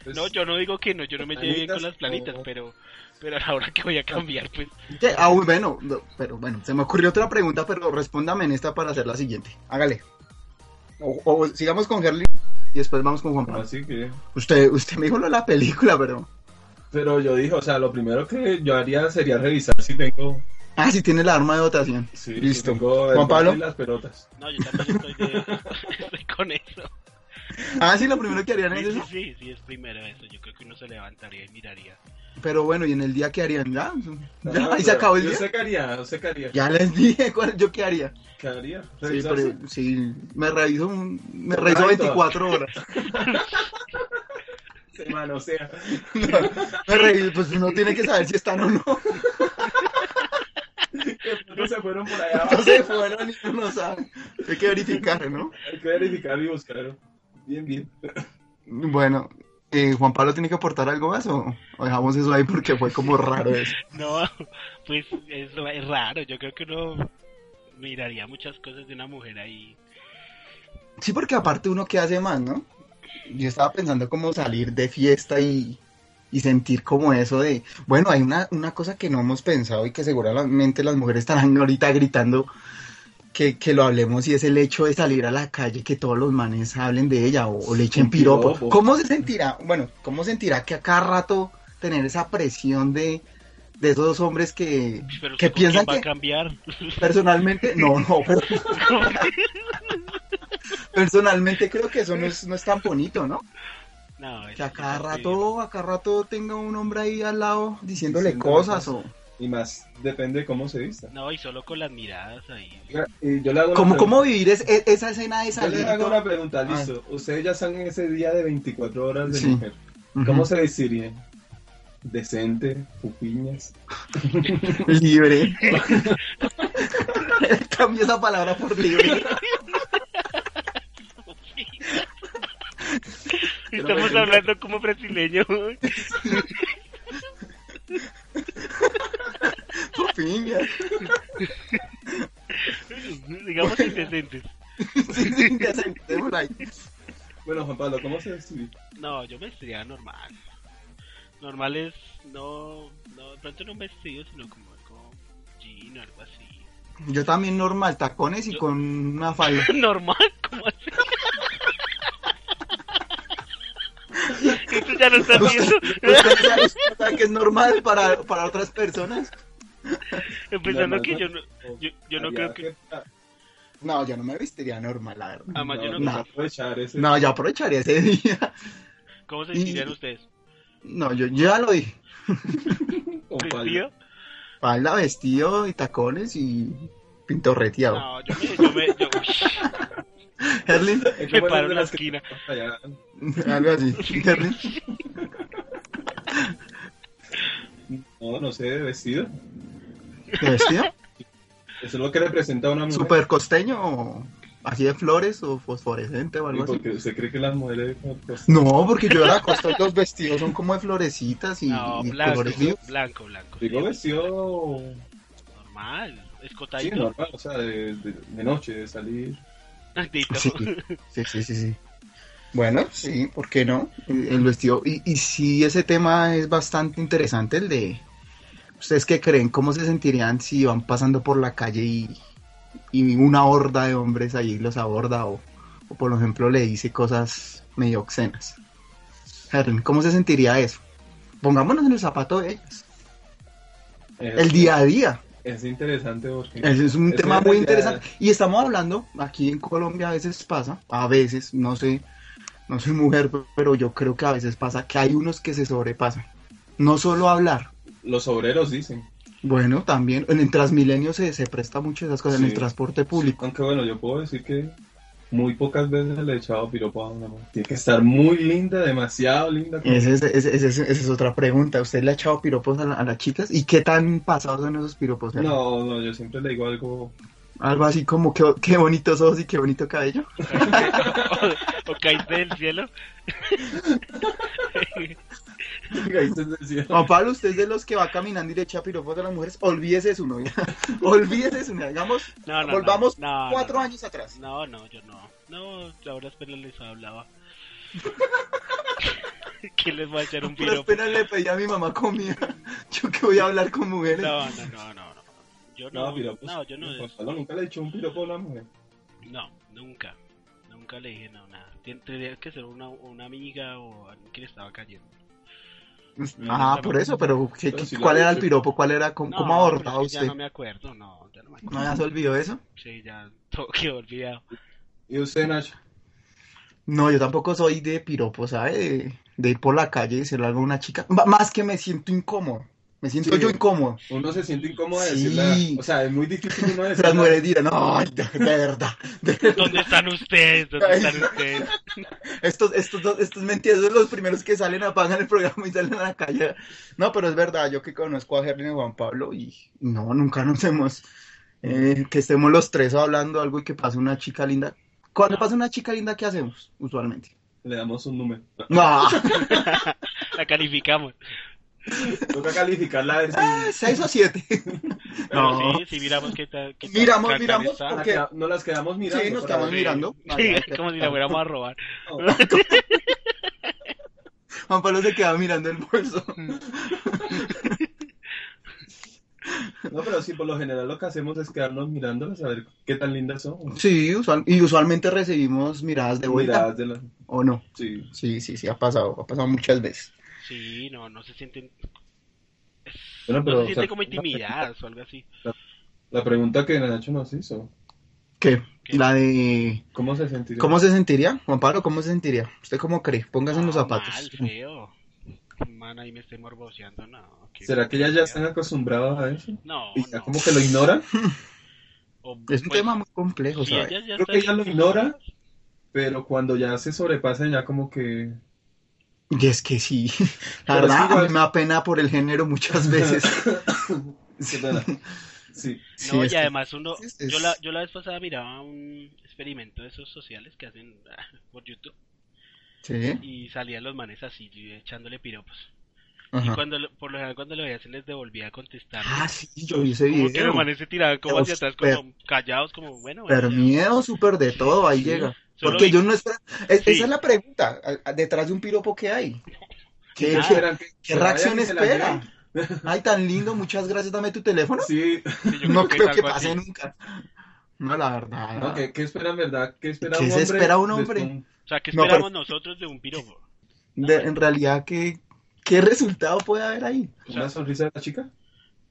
Speaker 2: Pues,
Speaker 3: No, yo no digo que no, yo no me llevo bien con las
Speaker 2: Planitas,
Speaker 3: planitas,
Speaker 2: no.
Speaker 3: pero... Pero a la hora que voy a cambiar, pues...
Speaker 1: ¿Qué? Ah, uy, bueno, no, pero bueno, se me ocurrió otra pregunta, pero respóndame en esta para hacer la siguiente. Hágale. O, o sigamos con Gerly y después vamos con Juan Pablo.
Speaker 2: Así que...
Speaker 1: Usted, usted me dijo lo de la película, pero.
Speaker 2: Pero yo dije, o sea, lo primero que yo haría sería revisar si tengo...
Speaker 1: Ah, sí, tiene la arma de dotación.
Speaker 2: si- si
Speaker 1: Listo.
Speaker 2: tengo el
Speaker 1: Juan
Speaker 2: bate
Speaker 1: Pablo.
Speaker 2: y las pelotas.
Speaker 3: No, yo también estoy, de... estoy con eso.
Speaker 1: Ah, sí, lo primero que harían es
Speaker 3: Sí, sí,
Speaker 1: eso.
Speaker 3: sí, sí, es primero eso. Yo creo que uno se levantaría y miraría.
Speaker 1: Pero bueno, ¿y en el día que harían? Ya, ya,
Speaker 2: No,
Speaker 1: ahí se
Speaker 2: pero
Speaker 1: acabó el
Speaker 2: Ah, Yo
Speaker 1: día.
Speaker 2: sé qué haría, yo sé qué haría.
Speaker 1: Ya les dije cuál, yo qué haría.
Speaker 2: ¿Qué haría?
Speaker 1: Sí,
Speaker 2: Revisar si-
Speaker 1: pero sí, me reviso, un- me reviso
Speaker 2: Correcto.
Speaker 1: 24 horas.
Speaker 2: se manosea.
Speaker 1: Me reviso, pues uno tiene que saber si están o no.
Speaker 2: No se fueron por allá
Speaker 1: No se fueron y uno no sabe. Hay que verificar, ¿no?
Speaker 2: Hay que verificar y buscar. Bien, bien.
Speaker 1: Bueno, eh, Juan Pablo tiene que aportar algo más o, o dejamos eso ahí porque fue como raro eso.
Speaker 3: No, pues es, ra- es raro. Yo creo que uno miraría muchas cosas de una mujer ahí.
Speaker 1: Sí, porque aparte uno que hace más, ¿no? yo estaba pensando como salir de fiesta y, y sentir como eso de, bueno, hay una, una cosa que no hemos pensado y que seguramente las mujeres estarán ahorita gritando que, que lo hablemos y es el hecho de salir a la calle, que todos los manes hablen de ella o, o le echen
Speaker 2: Un
Speaker 1: piropo.
Speaker 2: piropo.
Speaker 1: ¿Cómo se sentirá? Bueno, ¿cómo sentirá que a cada rato tener esa presión de, de esos hombres que,
Speaker 3: Pero
Speaker 1: que
Speaker 3: ¿usted con
Speaker 1: piensan
Speaker 3: quién va
Speaker 1: que
Speaker 3: a cambiar?
Speaker 1: personalmente, no, no, pero personalmente creo que eso no es, no es tan bonito, ¿no?
Speaker 3: no, es-
Speaker 1: Que a cada
Speaker 3: es
Speaker 1: rato, a cada rato tenga un hombre ahí al lado diciéndole
Speaker 2: Diciéndole
Speaker 1: cosas
Speaker 2: cosas.
Speaker 1: o...
Speaker 2: Y más, depende de cómo se vista.
Speaker 3: horrible. No, y solo con las miradas ahí.
Speaker 2: Y yo le hago una
Speaker 1: ¿Cómo,
Speaker 2: pregunta.
Speaker 1: cómo vivir es- e- esa escena de
Speaker 2: Yo les
Speaker 1: salir?
Speaker 2: hago
Speaker 1: todo?
Speaker 2: una pregunta, listo. Ustedes ya están en ese día de 24 horas de
Speaker 1: Ah. Sí.
Speaker 2: mujer. ¿Cómo
Speaker 1: Ujú.
Speaker 2: se vestirían? Decente, pupiñas.
Speaker 1: Libre. Cambio esa palabra por libre.
Speaker 3: Estamos
Speaker 1: pues,
Speaker 3: hablando como brasileño.
Speaker 1: Por fin, ya.
Speaker 3: Digamos indecentes.
Speaker 1: Sí, sí, ya se- de por ahí.
Speaker 2: Bueno, Juan Pablo, ¿cómo se vestiría?
Speaker 3: No, yo me vestiría normal. Normal es, no, no, de pronto no un vestido, sino como algo jean o algo así.
Speaker 1: Yo también normal, tacones y
Speaker 3: Yo-
Speaker 1: con una falda.
Speaker 3: ¿Normal? ¿Cómo así? Esto ya lo estás viendo. eh,
Speaker 1: ¿Ustedes saben- ustedes saben que es normal para, para otras personas?
Speaker 3: Empezando
Speaker 2: Normal,
Speaker 3: que
Speaker 2: ¿no?
Speaker 3: yo no, yo, yo no
Speaker 2: Había
Speaker 3: creo que...
Speaker 1: No, yo no me vestiría normal, la verdad.
Speaker 3: Además, yo no,
Speaker 1: no.
Speaker 3: creo-
Speaker 2: aprovechar ese.
Speaker 1: No, yo aprovecharía ese día.
Speaker 3: ¿Cómo se
Speaker 1: Y-
Speaker 3: dirían ustedes?
Speaker 1: No, yo, yo ya lo dije.
Speaker 2: Juan Pablo.
Speaker 3: ¿Vestido?
Speaker 1: Falda, vestido y tacones y pintorreteado.
Speaker 3: No, yo me... Yo me yo,
Speaker 1: Erling,
Speaker 2: Es
Speaker 3: Me
Speaker 2: como
Speaker 3: paro en
Speaker 2: de
Speaker 3: la
Speaker 2: las que-
Speaker 3: esquina.
Speaker 2: allá.
Speaker 1: algo así. Erling,
Speaker 2: No, no sé, vestido.
Speaker 1: ¿de vestido?
Speaker 2: Eso es lo que representa a una mujer.
Speaker 1: ¿Super costeño o así de flores o fosforescente o
Speaker 2: Y
Speaker 1: algo así?
Speaker 2: porque usted cree que las mujeres. pues,
Speaker 1: No, porque yo a la costa y los vestidos son como de florecitas y,
Speaker 3: No,
Speaker 1: y
Speaker 3: blanco,
Speaker 1: colores vivos.
Speaker 3: blanco, blanco.
Speaker 2: Digo vestido.
Speaker 3: Normal,
Speaker 2: Sí,
Speaker 3: escotadito.
Speaker 2: normal, o sea, de, de- de noche, de salir.
Speaker 3: Tito.
Speaker 1: Sí, sí, sí, sí, Pues, sí. Bueno, sí, ¿por qué no? Eh, El el vestido. Y, y sí, ese tema es bastante interesante, el de... ¿Ustedes qué creen? ¿Cómo se sentirían si van pasando por la calle y, y una horda de hombres ahí los aborda o, o por ejemplo le dice cosas medio obscenas? Herlin, ¿cómo se sentiría eso? Pongámonos en el zapato de ellas.
Speaker 2: Es-
Speaker 1: El día a día.
Speaker 2: Es interesante porque.
Speaker 1: Ese es un
Speaker 2: Eso
Speaker 1: tema
Speaker 2: es
Speaker 1: muy
Speaker 2: ya-
Speaker 1: interesante. Y estamos hablando, aquí en Colombia a veces pasa, a veces, no sé, no soy mujer, pero yo creo que a veces pasa que hay unos que se sobrepasan. No solo hablar.
Speaker 2: Los obreros dicen.
Speaker 1: Bueno, también en el Transmilenio se, se presta mucho esas cosas, en el
Speaker 2: Sí.
Speaker 1: transporte público.
Speaker 2: Aunque bueno, yo puedo decir que muy pocas veces le he echado piropo a una mujer. Tiene que estar muy linda, demasiado linda. como-
Speaker 1: Ese es- ese- ese- ese- esa es otra pregunta. ¿Usted le ha echado piropos a, la- a las chicas? ¿Y qué tan pasados son esos piropos?
Speaker 2: No, no, yo siempre le digo algo.
Speaker 1: Algo así como, qué, qué bonitos ojos y qué bonito cabello.
Speaker 3: o caíste del cielo.
Speaker 2: Gaíces del cielo.
Speaker 1: Juan Pablo, usted es de los que va caminando y le echa piropos a las mujeres. Olvídese de su novia. Olvídese de su novia. Digamos,
Speaker 3: No, no, no,
Speaker 1: volvamos
Speaker 3: no, no,
Speaker 1: cuatro
Speaker 3: no.
Speaker 1: años atrás.
Speaker 3: No, no, yo no. No, ahora apenas les hablaba. ¿Quién les va a echar un
Speaker 2: Pues
Speaker 1: Por
Speaker 3: piropo?
Speaker 1: apenas le pedí a mi mamá comida. Yo que voy a hablar con mujeres.
Speaker 3: No, no, no, no. no. Yo no,
Speaker 2: No, piropos.
Speaker 3: no, yo no,
Speaker 2: Juan Pablo nunca le he hecho un piropo a una mujer.
Speaker 3: no, nunca, nunca le dije no, nada. Tien- Tendría que ser una, una amiga o alguien que le estaba cayendo.
Speaker 1: ah, por eso, pero ¿qué-
Speaker 2: Pero
Speaker 1: qué-
Speaker 2: si lo
Speaker 1: ¿cuál
Speaker 2: ha
Speaker 1: era el
Speaker 2: hecho.
Speaker 1: piropo? ¿Cuál era? ¿Cómo,
Speaker 3: No,
Speaker 1: cómo
Speaker 3: pero
Speaker 1: abordaba
Speaker 3: es que Ya
Speaker 1: usted?
Speaker 3: no me acuerdo, no, ya no me acuerdo.
Speaker 1: ¿No ya se olvidó eso?
Speaker 3: Sí, ya todo quedó olvidado.
Speaker 2: ¿Y usted, Nacho?
Speaker 1: No, yo tampoco soy de piropo, ¿sabe? De, de ir por la calle y se lo hago a una chica. M- Más que me siento incómodo. Me siento
Speaker 2: Sí.
Speaker 1: yo incómodo.
Speaker 2: Uno se siente incómodo de
Speaker 1: Sí.
Speaker 2: decirle. O sea, es muy difícil uno decirle.
Speaker 1: Las mujeres dirán, ay, de de verdad, de verdad.
Speaker 3: ¿Dónde están ustedes? ¿Dónde
Speaker 1: Ay.
Speaker 3: están ustedes?
Speaker 1: Estos, estos, dos- estos mentiras son los primeros que salen, apagan el programa y salen a la calle. No, pero es verdad, yo que conozco a Herlin y Juan Pablo y no, nunca nos hemos, eh, que estemos los tres hablando algo y que pase una chica linda. Cuando pasa una chica linda, ¿qué hacemos usualmente?
Speaker 2: Le damos un número.
Speaker 1: No,
Speaker 3: La calificamos.
Speaker 2: Toca calificarla de
Speaker 1: Ah, 6 o 7.
Speaker 3: Pero
Speaker 1: No.
Speaker 3: sí, sí, miramos qué tal. qué tal-
Speaker 1: Miramos,
Speaker 3: qué tal
Speaker 1: miramos,
Speaker 3: está.
Speaker 1: porque-
Speaker 2: No las quedamos mirando.
Speaker 1: Sí, nos
Speaker 2: para
Speaker 1: estamos
Speaker 2: ver.
Speaker 1: mirando.
Speaker 3: Sí, como si la fuéramos a robar.
Speaker 1: Juan Pablo se queda mirando el bolso.
Speaker 2: No, pero sí, por lo general lo que hacemos es quedarnos mirándolas a ver qué tan lindas son.
Speaker 1: Sí, usual- y usualmente recibimos miradas de vuelta.
Speaker 2: Miradas de las-
Speaker 1: ¿O no?
Speaker 2: Sí.
Speaker 1: Sí, sí, sí, ha pasado. Ha pasado muchas veces.
Speaker 3: Sí, no, no se sienten.
Speaker 2: Bueno, pero,
Speaker 3: no
Speaker 2: o sea,
Speaker 3: se sienten como intimidadas o algo así.
Speaker 2: La pregunta que Nacho nos hizo,
Speaker 1: ¿Qué?
Speaker 3: ¿Qué?
Speaker 1: La de...
Speaker 2: ¿cómo se sentiría?
Speaker 1: ¿Cómo se sentiría? Juan Pablo, ¿cómo se sentiría? ¿Usted cómo cree? Póngase en los
Speaker 3: Ah,
Speaker 1: zapatos.
Speaker 3: Mal, feo. Man, ahí me estoy morboseando, no. qué
Speaker 2: ¿Será que ellas ya
Speaker 3: feo.
Speaker 2: están acostumbradas a eso?
Speaker 3: No,
Speaker 2: ¿Y ya
Speaker 3: no.
Speaker 2: como que lo ignoran?
Speaker 3: O,
Speaker 1: Es un
Speaker 3: pues,
Speaker 1: tema muy complejo,
Speaker 3: si
Speaker 1: ¿sabes?
Speaker 3: ellas ya
Speaker 2: Creo que
Speaker 3: están
Speaker 2: ella lo ignora, pero cuando ya se sobrepasan ya como que...
Speaker 1: Y es que sí. La
Speaker 2: Pero es
Speaker 1: verdad,
Speaker 2: que igual-
Speaker 1: a mí me da pena por el género muchas veces.
Speaker 2: Qué pena. Sí.
Speaker 1: Sí,
Speaker 3: No,
Speaker 1: es
Speaker 3: y
Speaker 1: que-
Speaker 3: además uno,
Speaker 1: es- es-
Speaker 3: yo la, yo la vez pasada miraba un experimento de esos sociales que hacen ah, por YouTube
Speaker 1: Sí,
Speaker 3: y salían los manes así y echándole piropos. Y
Speaker 1: ajá.
Speaker 3: cuando, lo- por lo general cuando lo veía se les devolvía a contestar.
Speaker 1: Ah, sí, yo vi ese
Speaker 3: como que los
Speaker 1: video.
Speaker 3: manes se tiraban como hacia atrás,
Speaker 1: Pero-
Speaker 3: como callados, como bueno. bueno,
Speaker 1: Pero
Speaker 3: pues, ya.
Speaker 1: miedo, súper de todo, ahí
Speaker 3: Sí.
Speaker 1: llega.
Speaker 3: Solo
Speaker 1: Porque
Speaker 3: vi-
Speaker 1: yo no espero. es-
Speaker 3: Sí.
Speaker 1: Esa es la pregunta. a- a- Detrás de un piropo, ¿qué hay? ¿Qué,
Speaker 3: Nada.
Speaker 1: qué-
Speaker 2: ¿Será que-
Speaker 1: qué
Speaker 2: será
Speaker 1: reacción
Speaker 2: que se la
Speaker 1: espera?
Speaker 2: lleven?
Speaker 1: Ay, tan lindo, muchas gracias, dame tu teléfono.
Speaker 2: Sí.
Speaker 3: Sí, yo
Speaker 1: no creo
Speaker 3: es
Speaker 1: que
Speaker 3: algo así.
Speaker 1: pase nunca. No, la verdad.
Speaker 2: No, ¿qué, qué espera en verdad? ¿Qué espera
Speaker 1: ¿Qué
Speaker 2: un
Speaker 1: se
Speaker 2: hombre?
Speaker 1: espera un
Speaker 2: de
Speaker 1: hombre?
Speaker 2: un-
Speaker 3: O sea, ¿qué
Speaker 1: No, pero-
Speaker 3: esperamos nosotros de un piropo?
Speaker 1: De-
Speaker 3: eh.
Speaker 1: en realidad, ¿qué, ¿qué resultado puede haber ahí?
Speaker 3: O sea,
Speaker 2: ¿Una sonrisa de la chica?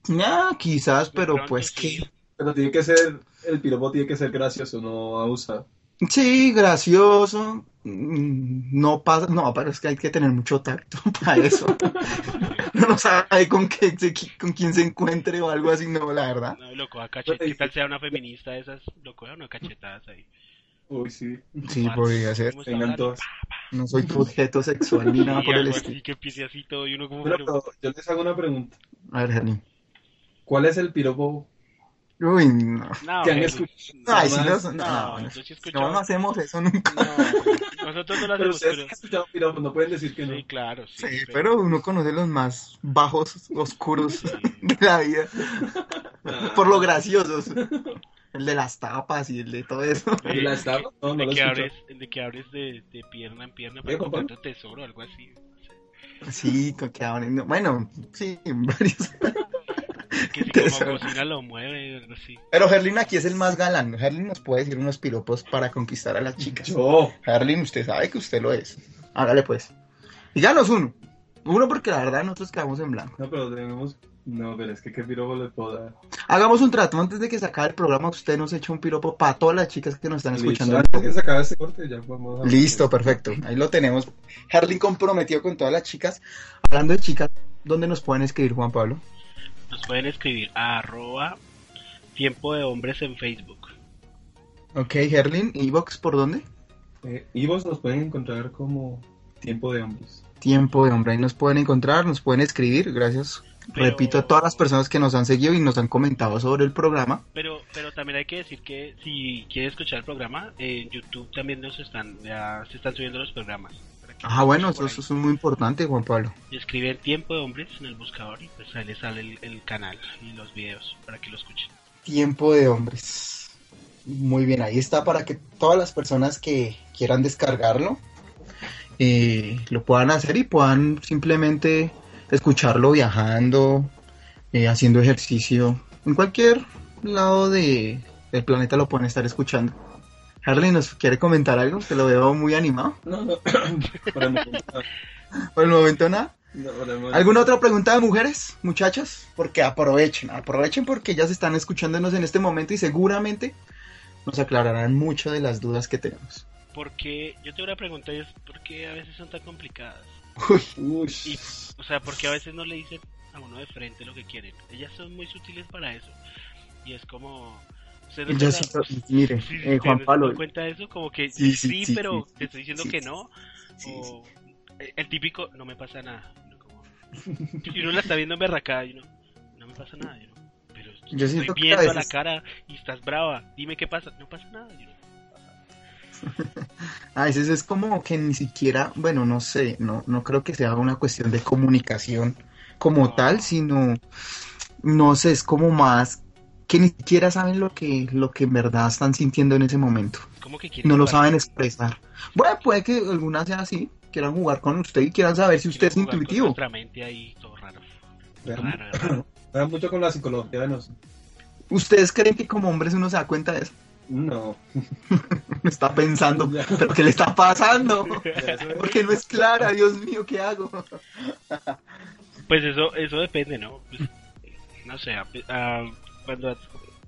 Speaker 1: Nah, quizás,
Speaker 3: de
Speaker 1: pero
Speaker 3: pronto
Speaker 1: pues
Speaker 3: sí.
Speaker 1: que.
Speaker 2: Pero tiene que ser... El piropo tiene que ser gracioso, no abusado.
Speaker 1: Sí, gracioso. Mm, No pasa, no, pero es que hay que tener mucho tacto para eso. No sabe con qué, se- con quién se encuentre o algo así, no, la verdad.
Speaker 3: No, loco, a cachet... ¿qué tal sea una feminista de esas? Loco, una cachetadas ahí.
Speaker 2: Uy, sí.
Speaker 1: Sí, podría ser.
Speaker 3: ¿Cómo está
Speaker 2: Tengan
Speaker 3: hablando?
Speaker 2: todas.
Speaker 1: No soy tu objeto sexual ni nada
Speaker 3: Sí,
Speaker 1: por el
Speaker 3: algo
Speaker 1: estilo.
Speaker 3: así, que empiece así todo y uno como...
Speaker 2: Bueno,
Speaker 3: pero-
Speaker 2: pero yo les hago una pregunta.
Speaker 1: A ver, Jalín.
Speaker 2: ¿Cuál es el piropo?
Speaker 1: Uy, no.
Speaker 3: No,
Speaker 2: que han
Speaker 3: güey,
Speaker 2: escuchado.
Speaker 3: no,
Speaker 1: Ay,
Speaker 2: más.
Speaker 1: si no,
Speaker 3: no,
Speaker 1: no, no,
Speaker 3: yo sí he
Speaker 1: no,
Speaker 3: escuchado.
Speaker 1: no hacemos eso nunca.
Speaker 3: No, nosotros no lo
Speaker 2: Pero
Speaker 3: hacemos,
Speaker 2: ustedes han
Speaker 3: pero...
Speaker 2: escuchado piropos, no pueden decir que no.
Speaker 3: Sí, claro, sí.
Speaker 1: Sí, pero uno conoce los más bajos, oscuros de la vida. Por lo graciosos. El de las tapas y el de todo eso.
Speaker 3: Eh,
Speaker 2: ¿Y la estaba? No, no
Speaker 3: de
Speaker 2: lo
Speaker 3: que
Speaker 2: escucho.
Speaker 3: abres, de que abres de, de pierna en pierna para
Speaker 2: Oye, compadre.
Speaker 3: encontrar tu tesoro o algo así.
Speaker 1: Sí, con que abren- no, Bueno, sí, varios.
Speaker 3: Que si
Speaker 1: Tesoro.
Speaker 3: como cocina lo mueve, algo así.
Speaker 1: Pero Herlin aquí es el más galán. Herlin nos puede decir unos piropos para conquistar a las chicas.
Speaker 2: Yo.
Speaker 1: Herlin, usted sabe que usted lo es. Hágale pues. Díganos uno. Uno porque la verdad nosotros quedamos en blanco.
Speaker 2: No, pero tenemos. No, pero es que qué piropo le puedo dar.
Speaker 1: Hagamos un trato. Antes de que se acabe el programa, usted nos echa un piropo para todas las chicas que nos están escuchando.
Speaker 2: Listo, antes que se acabe ese corte, ya vamos a.
Speaker 1: Listo, perfecto. Ahí lo tenemos. Herlin comprometido con todas las chicas. Hablando de chicas, ¿dónde nos pueden escribir, Juan Pablo?
Speaker 3: Nos pueden escribir a arroba tiempo de hombres en Facebook.
Speaker 1: Ok, Herlin, ¿Evox por dónde?
Speaker 2: Eh, y vos nos pueden encontrar como tiempo de hombres.
Speaker 1: Tiempo de hombre, ahí nos pueden encontrar, nos pueden escribir, gracias,
Speaker 3: Pero-
Speaker 1: repito, a todas las personas que nos han seguido y nos han comentado sobre el programa.
Speaker 3: Pero, pero también hay que decir que si quieren escuchar el programa, en YouTube también nos están, ya se están subiendo los programas. Para que
Speaker 1: Ah, bueno, eso,
Speaker 3: escuchen
Speaker 1: eso
Speaker 3: por
Speaker 1: es muy importante, Juan Pablo.
Speaker 3: ahí. Y Escriben tiempo de hombres en el buscador y pues ahí les sale el, el canal y los videos para que lo escuchen.
Speaker 1: Tiempo de hombres. Muy bien, ahí está para que todas las personas que quieran descargarlo eh, lo puedan hacer y puedan simplemente escucharlo viajando, eh, haciendo ejercicio. En cualquier lado de, del planeta lo pueden estar escuchando. Harley, ¿nos quiere comentar algo? Te lo veo muy animado.
Speaker 2: No, no. Para el momento.
Speaker 1: Por el momento nada.
Speaker 2: No, para el momento.
Speaker 1: ¿Alguna otra pregunta de mujeres, muchachas? Porque aprovechen, aprovechen porque ellas están escuchándonos en este momento y seguramente nos aclararán mucho de las dudas que tenemos.
Speaker 3: Porque yo tengo una pregunta y es, ¿por qué a veces son tan complicadas?
Speaker 1: Uy,
Speaker 2: Uy.
Speaker 3: Y, o sea, porque a veces no le dicen a uno de frente lo que quieren. Ellas son muy sutiles para eso. Y es como... ¿Ustedes no
Speaker 1: yo
Speaker 3: se
Speaker 1: siento,
Speaker 3: dan- sí,
Speaker 1: mire,
Speaker 3: sí,
Speaker 1: eh,
Speaker 3: sí,
Speaker 1: Juan
Speaker 3: ¿se dan
Speaker 1: Pablo,
Speaker 3: cuenta de eso? Como que
Speaker 1: Sí,
Speaker 3: sí,
Speaker 1: sí, sí,
Speaker 3: pero
Speaker 1: sí,
Speaker 3: te estoy diciendo
Speaker 1: sí,
Speaker 3: que
Speaker 1: sí,
Speaker 3: no.
Speaker 1: sí,
Speaker 3: o eh, el típico, no me pasa nada. ¿no? Como- y uno la está viendo emberracada y uno, no me pasa nada. y uno, pero
Speaker 1: Yo
Speaker 3: yo estoy
Speaker 1: siento que a
Speaker 3: viendo a la
Speaker 1: veces-
Speaker 3: cara y estás brava. Dime qué pasa. No pasa nada. y uno,
Speaker 1: a veces es como que ni siquiera, bueno, no sé, no, no creo que sea una cuestión de comunicación como tal, sino, no sé, es como más que ni siquiera saben lo que, lo que en verdad están sintiendo en ese momento.
Speaker 3: ¿Cómo que quieren
Speaker 1: No lo
Speaker 3: jugar?
Speaker 1: saben expresar. Bueno, puede que algunas sean así, quieran jugar con usted y quieran saber si usted es
Speaker 3: Quieren jugar con
Speaker 1: intuitivo.
Speaker 3: Nuestra mente ahí, todo raro.
Speaker 2: Ver-
Speaker 3: Raro, raro.
Speaker 2: Juegan mucho con la psicología de los...
Speaker 1: ¿Ustedes creen que como hombres uno se da cuenta de eso?
Speaker 2: No.
Speaker 1: Me está pensando,
Speaker 2: Ya.
Speaker 1: ¿pero qué le está pasando?
Speaker 2: Eso
Speaker 1: Porque no es clara, Dios mío, ¿qué hago?
Speaker 3: Pues eso, eso depende, ¿no? Pues, no sé, a- a- cuando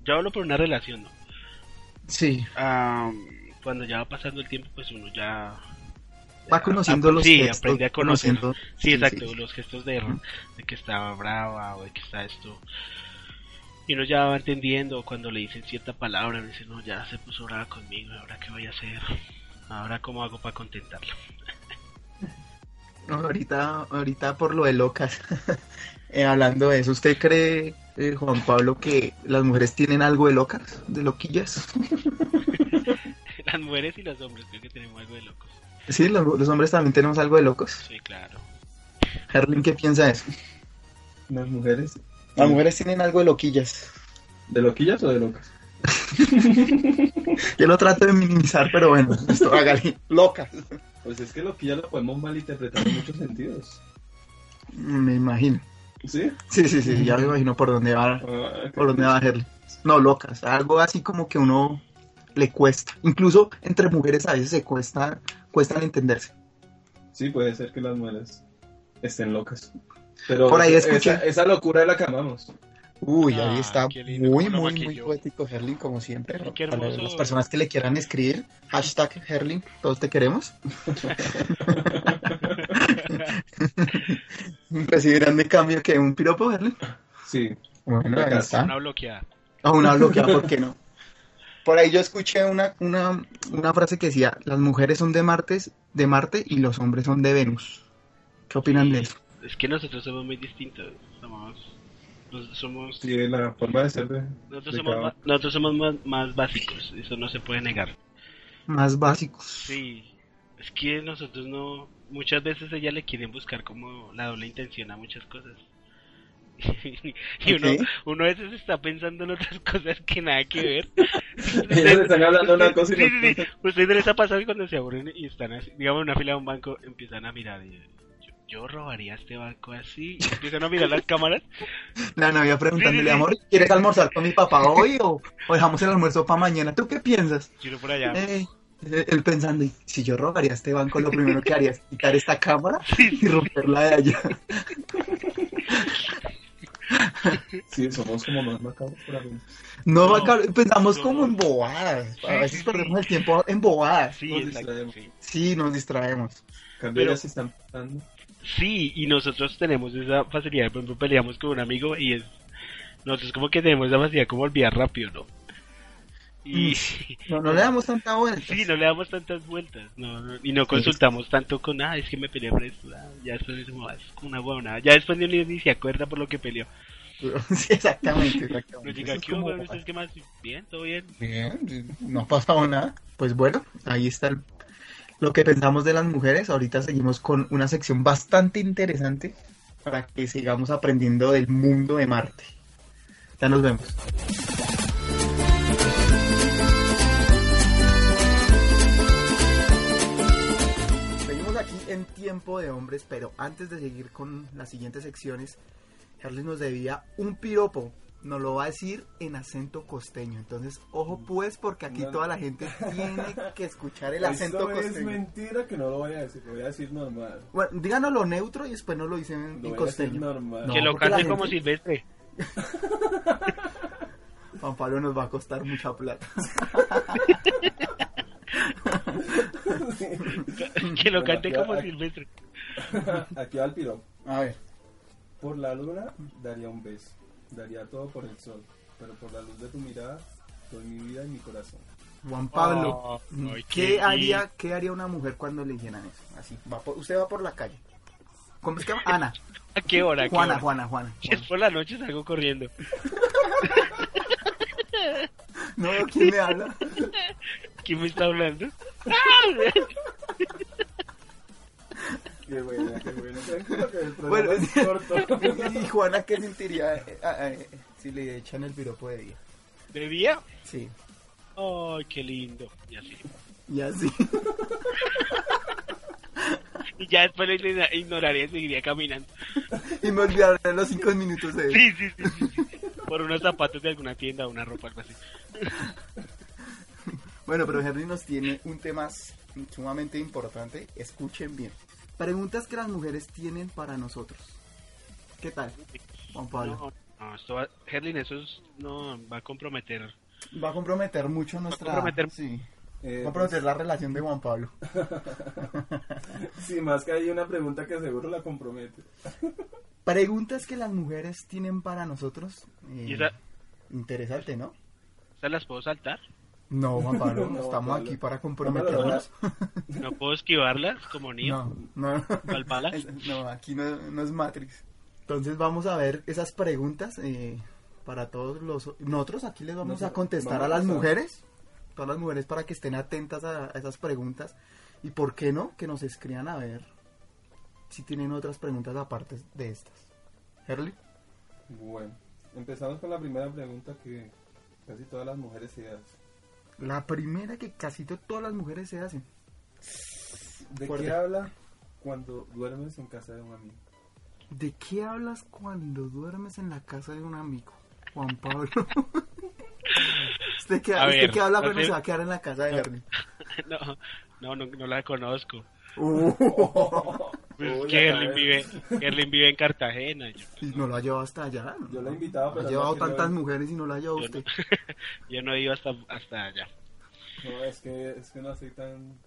Speaker 3: yo hablo por una relación, ¿no?
Speaker 1: Sí,
Speaker 3: Ah, cuando ya va pasando el tiempo, pues uno ya
Speaker 1: va conociendo
Speaker 3: Ah,
Speaker 1: los
Speaker 3: sí,
Speaker 1: textos,
Speaker 3: aprende a
Speaker 1: va
Speaker 3: conocer.
Speaker 1: conociendo-
Speaker 3: Sí,
Speaker 1: Sí,
Speaker 3: exacto,
Speaker 1: sí.
Speaker 3: los gestos de, de que está brava o de que está esto. Y uno ya va entendiendo cuando le dicen cierta palabra, uno dice, no, ya se puso brava conmigo, ahora qué voy a hacer, ahora cómo hago para contentarla.
Speaker 1: No, ahorita, ahorita por lo de locas, eh, hablando de eso, ¿usted cree, eh, Juan Pablo, que las mujeres tienen algo de locas, de loquillas?
Speaker 3: Las mujeres y los hombres creo que tenemos algo de locos.
Speaker 1: Sí, los, los hombres también tenemos algo de locos.
Speaker 3: Sí, claro.
Speaker 1: Herlin, ¿qué piensa de eso?
Speaker 2: Las mujeres.
Speaker 1: Las mujeres tienen algo de loquillas.
Speaker 2: ¿De loquillas o de locas?
Speaker 1: Yo lo trato de minimizar, pero bueno, esto hágale. Locas.
Speaker 2: Pues es que loquillas lo podemos malinterpretar en muchos sentidos.
Speaker 1: Me imagino.
Speaker 2: ¿Sí?
Speaker 1: Sí, sí, sí, ya me imagino por dónde va,
Speaker 2: Ah,
Speaker 1: por dónde va Herlin. No, locas, algo así como que uno le cuesta. Incluso entre mujeres a veces se cuesta, cuestan entenderse.
Speaker 2: Sí, puede ser que las mujeres estén locas. Pero
Speaker 1: Por ahí
Speaker 2: esa,
Speaker 1: escuché.
Speaker 2: esa- esa locura es la que amamos.
Speaker 1: Uy,
Speaker 3: Ah,
Speaker 1: ahí está
Speaker 3: qué lindo,
Speaker 1: muy,
Speaker 3: cómo lo
Speaker 1: muy, muy
Speaker 3: maquilló.
Speaker 1: poético Herling, como siempre.
Speaker 3: Qué
Speaker 1: Para
Speaker 3: hermoso.
Speaker 1: las personas que le quieran escribir, hashtag Herling, todos te queremos. Recibirán de cambio que un piropo, Herling.
Speaker 2: Sí.
Speaker 1: Bueno, ahí
Speaker 3: Una
Speaker 1: está.
Speaker 3: bloqueada.
Speaker 1: O una bloqueada, ¿por qué no? Por ahí yo escuché una, una, una frase que decía, las mujeres son de Marte, de Marte y los hombres son de Venus. ¿Qué opinan de eso?
Speaker 3: Es que nosotros somos muy distintos. Somos. nos- somos
Speaker 2: Sí, la forma de ser de.
Speaker 3: nosotros
Speaker 2: de
Speaker 3: somos,
Speaker 2: cada-
Speaker 3: más, nosotros somos más, más básicos, eso no se puede negar.
Speaker 1: Más básicos.
Speaker 3: Sí, es que nosotros no. Muchas veces ella le quieren buscar como la doble intención a muchas cosas. y uno,
Speaker 1: Ok.
Speaker 3: uno a veces está pensando en otras cosas que nada que ver.
Speaker 2: Ellos le están hablando una cosa y
Speaker 3: Sí, sí,
Speaker 2: nosotros-
Speaker 3: sí. Ustedes les ha pasado que cuando se aburren y están así, digamos, en una fila de un banco, empiezan a mirar. y, yo, yo robaría este banco así. y empiezan a mirar las cámaras.
Speaker 1: La novia preguntándole,
Speaker 3: Sí, sí, sí.
Speaker 1: amor, ¿quieres almorzar con mi papá hoy o, o dejamos el almuerzo para mañana? ¿Tú qué piensas?
Speaker 3: Y uno por allá.
Speaker 1: Eh, él pensando, "Y si yo robaría este banco, lo primero que haría es quitar esta cámara y romperla de allá.
Speaker 2: Sí, somos como más macabros por algo.
Speaker 1: No,
Speaker 3: No,
Speaker 1: Macabre, pensamos
Speaker 3: no.
Speaker 1: como en bobadas. A
Speaker 3: Sí,
Speaker 1: veces
Speaker 3: sí,
Speaker 1: perdemos el tiempo en bobadas.
Speaker 3: Sí,
Speaker 2: nos
Speaker 3: exacto.
Speaker 2: distraemos.
Speaker 3: Sí.
Speaker 1: Sí, nos distraemos.
Speaker 2: Cambio
Speaker 3: Pero-
Speaker 2: ya se están pasando.
Speaker 3: Sí, y nosotros tenemos esa facilidad, por ejemplo, peleamos con un amigo y es... Nosotros como que tenemos esa facilidad como olvidar rápido, ¿no? Y...
Speaker 1: No, no le damos tanta pues. vuelta.
Speaker 3: Sí, no le damos tantas vueltas, no, no- y no consultamos tanto con, ah, es que me peleé por esto, ah, ya después decimos, "Ah, es como una huevonada, ya después ni, ni, ni se acuerda por lo que peleó.
Speaker 1: Sí, exactamente.
Speaker 3: Pero
Speaker 1: exactamente. Eso
Speaker 3: llega
Speaker 1: es
Speaker 3: aquí,
Speaker 1: como
Speaker 3: bueno,
Speaker 1: bobadas.
Speaker 3: ¿ustedes qué más? Bien, todo bien.
Speaker 1: Bien, no ha pasado nada. Pues bueno, ahí está el- lo que pensamos de las mujeres. Ahorita seguimos con una sección bastante interesante para que sigamos aprendiendo del mundo de Marte. Ya nos vemos. Seguimos aquí en Tiempo de Hombres, pero antes de seguir con las siguientes secciones, Charles nos debía un piropo. Nos lo va a decir en acento costeño. Entonces, ojo pues, porque aquí
Speaker 2: No.
Speaker 1: toda la gente tiene que escuchar el acento
Speaker 2: Eso es
Speaker 1: costeño.
Speaker 2: mentira que no lo voy a decir, lo voy a decir normal.
Speaker 1: Bueno, díganos lo neutro y después nos lo dicen en,
Speaker 2: Lo
Speaker 1: en
Speaker 2: voy a decir
Speaker 1: costeño.
Speaker 2: normal.
Speaker 1: No,
Speaker 3: que lo
Speaker 1: porque la
Speaker 3: cante como
Speaker 1: gente-
Speaker 3: Silvestre.
Speaker 1: Juan Pablo nos va a costar mucha plata.
Speaker 3: que lo
Speaker 2: Bueno,
Speaker 3: cante
Speaker 2: ya,
Speaker 3: como
Speaker 1: ah,
Speaker 2: aquí-
Speaker 3: Silvestre.
Speaker 2: Aquí va el piro.
Speaker 1: A ver.
Speaker 2: Por la luna daría un beso, daría todo por el sol, pero por la luz de tu mirada doy mi vida y mi corazón.
Speaker 1: Juan Pablo,
Speaker 3: Oh, ay,
Speaker 1: ¿qué, haría,
Speaker 3: lindo.
Speaker 1: ¿qué haría una mujer cuando le dijeran eso? Así, va por- usted va por la calle. ¿Cómo es que va? Ana,
Speaker 3: ¿A qué hora? a qué
Speaker 1: Juana,
Speaker 3: hora?
Speaker 1: Juana, Juana.
Speaker 3: Si es
Speaker 1: Juana.
Speaker 3: por la noche salgo corriendo.
Speaker 1: No veo quién me habla.
Speaker 3: ¿Quién me está hablando?
Speaker 2: Qué buena, qué buena. Tranquilo que el programa
Speaker 1: Bueno,
Speaker 2: es corto.
Speaker 1: ¿Y Juana qué sentiría eh, ah, eh, si le echan el piropo de día?
Speaker 3: ¿De día?
Speaker 1: Sí,
Speaker 3: ¡Ay, qué lindo! Y así.
Speaker 1: y así.
Speaker 3: Y ya después lo ignora- ignoraría y seguiría caminando.
Speaker 1: y me olvidaré los cinco minutos de
Speaker 3: Sí, sí, sí, sí, sí. Por unos zapatos de alguna tienda o una ropa, algo así.
Speaker 1: Bueno, pero Henry nos tiene un tema s- sumamente importante. Escuchen bien. Preguntas que las mujeres tienen para nosotros. ¿Qué tal, Juan Pablo?
Speaker 3: No, no, esto va, Herlin, eso es- no, va a comprometer.
Speaker 1: Va a comprometer mucho nuestra...
Speaker 3: comprometer-
Speaker 1: Sí.
Speaker 2: Eh,
Speaker 1: Va a comprometer la relación de Juan Pablo.
Speaker 2: Sí, más que hay una pregunta que seguro la compromete.
Speaker 1: Preguntas que las mujeres tienen para nosotros. Eh,
Speaker 3: ¿Y esa-
Speaker 1: Interesante, ¿no?
Speaker 3: ¿Esas las puedo saltar?
Speaker 1: No, Juan Pablo,
Speaker 2: No,
Speaker 1: estamos
Speaker 2: Pablo.
Speaker 1: aquí para comprometernos.
Speaker 3: ¿No puedo esquivarlas como niño?
Speaker 1: No, no.
Speaker 3: ¿Cuál bala?
Speaker 1: Es- No, aquí no, no es Matrix. Entonces vamos a ver esas preguntas eh, para todos los... Nosotros aquí les vamos
Speaker 2: Nosotros
Speaker 1: a contestar
Speaker 2: vamos
Speaker 1: a las
Speaker 2: a-
Speaker 1: mujeres, todas las mujeres para que estén atentas a, a esas preguntas. Y por qué no, que nos escriban a ver si tienen otras preguntas aparte de estas. Herli,
Speaker 2: Bueno, empezamos con la primera pregunta que casi todas las mujeres se hacen.
Speaker 1: la primera que casi to- todas las mujeres se hacen.
Speaker 2: ¿De
Speaker 1: Fuerte.
Speaker 2: qué habla cuando duermes en casa de un amigo?
Speaker 1: ¿De qué hablas cuando duermes en la casa de un amigo? Juan Pablo. ¿Usted qué,
Speaker 3: A
Speaker 1: usted
Speaker 3: ver,
Speaker 1: qué habla
Speaker 3: a
Speaker 1: cuando
Speaker 3: ver.
Speaker 1: se va a quedar en la casa de Ernie?
Speaker 3: No, no, no, no la conozco.
Speaker 1: Uh,
Speaker 3: Pues,
Speaker 2: Uy, acá
Speaker 3: que Herlin
Speaker 2: es-
Speaker 3: vive, Herlin vive en Cartagena. Yo,
Speaker 1: Y no lo ha llevado hasta allá. ¿no?
Speaker 2: Yo la he invitado, pero
Speaker 1: Ha
Speaker 2: no
Speaker 1: llevado
Speaker 2: quiero
Speaker 1: tantas
Speaker 2: ir.
Speaker 1: mujeres y no la ha llevado usted.
Speaker 3: yo no he ido hasta, hasta allá.
Speaker 2: No, es que, es que no aceptan,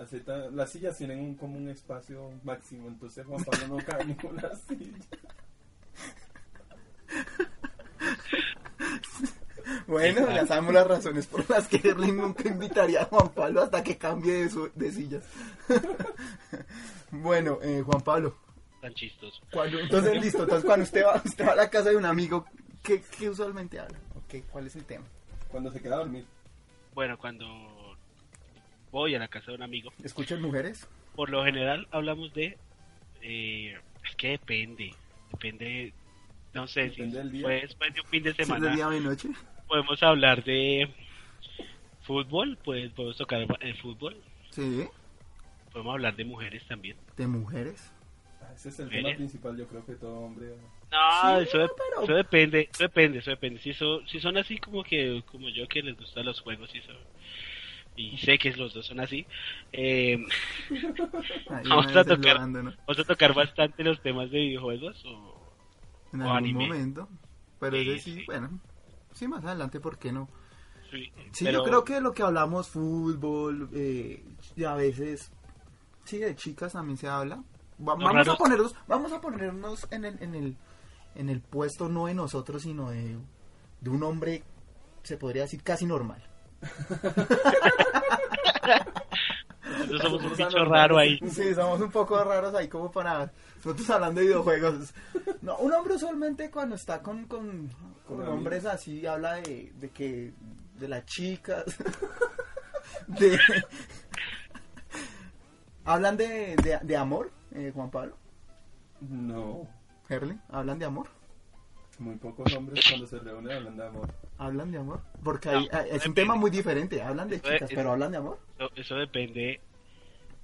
Speaker 2: aceptan... Las sillas tienen un, como un espacio máximo, entonces Juan Pablo no cae en ninguna silla.
Speaker 3: Ah.
Speaker 1: Bueno, ya sabemos las razones por las que Erling nunca invitaría a Juan Pablo hasta que cambie de, su- de sillas. bueno, eh, Juan Pablo,
Speaker 3: Tan chistoso.
Speaker 1: cuando, entonces listo, entonces cuando usted va, usted va a la casa de un amigo, ¿qué, qué usualmente habla? ¿O qué- ¿Cuál es el tema?
Speaker 2: Cuando se queda a dormir.
Speaker 3: Bueno, cuando voy a la casa de un amigo,
Speaker 1: ¿Escuchan mujeres?
Speaker 3: por lo general hablamos de... eh, es que depende. Depende... No sé,
Speaker 2: Depende del
Speaker 3: si
Speaker 2: día.
Speaker 3: fue después de un fin de
Speaker 1: ¿Es
Speaker 3: semana...
Speaker 1: día o de noche?
Speaker 3: podemos hablar de fútbol, pues podemos tocar el fútbol,
Speaker 1: Sí,
Speaker 3: podemos hablar de mujeres también.
Speaker 1: de mujeres.
Speaker 2: Ah, Ese es el
Speaker 3: Mire.
Speaker 2: tema principal, yo creo que todo hombre...
Speaker 3: No,
Speaker 1: Sí,
Speaker 3: eso, de-
Speaker 1: pero-
Speaker 3: eso depende, eso depende, eso depende. Si son, si son así como que como yo que les gustan los juegos y eso, y sé que los dos son así, eh,
Speaker 1: Ahí
Speaker 3: Vamos
Speaker 1: una
Speaker 3: a
Speaker 1: vez
Speaker 3: tocar.
Speaker 1: enlodándonos.
Speaker 3: vamos a tocar bastante los temas de videojuegos o
Speaker 1: En
Speaker 3: O
Speaker 1: algún
Speaker 3: anime.
Speaker 1: momento. Pero
Speaker 3: Sí,
Speaker 1: ese sí,
Speaker 3: sí.
Speaker 1: bueno. Sí, más adelante, ¿por qué no?
Speaker 3: sí,
Speaker 1: Sí,
Speaker 3: pero
Speaker 1: yo creo que lo que hablamos, fútbol, eh, y a veces, sí, de chicas también se habla. Va-
Speaker 3: Lo
Speaker 1: vamos
Speaker 3: raro-
Speaker 1: a ponernos, vamos a ponernos en el, en el, en el puesto no de nosotros, sino de, de un hombre, se podría decir, casi normal.
Speaker 3: nosotros somos un
Speaker 2: Nosotros
Speaker 3: bicho
Speaker 2: somos
Speaker 3: raro ahí.
Speaker 1: Sí, somos un poco raros ahí como para... Nosotros hablando de videojuegos. No, un hombre usualmente cuando está con, con, con
Speaker 2: amigos.
Speaker 1: hombres así habla de, de que... De las chicas. De... ¿Hablan de, de, de amor, eh, Juan Pablo?
Speaker 2: No,
Speaker 1: Herley, ¿hablan de amor?
Speaker 2: muy pocos hombres cuando se reúnen hablan de amor.
Speaker 1: ¿Hablan de amor? Porque hay-
Speaker 3: No,
Speaker 1: hay- es un
Speaker 3: depende.
Speaker 1: tema muy diferente. Hablan de
Speaker 3: Eso es-
Speaker 1: chicas, pero ¿hablan de amor?
Speaker 3: Eso, eso depende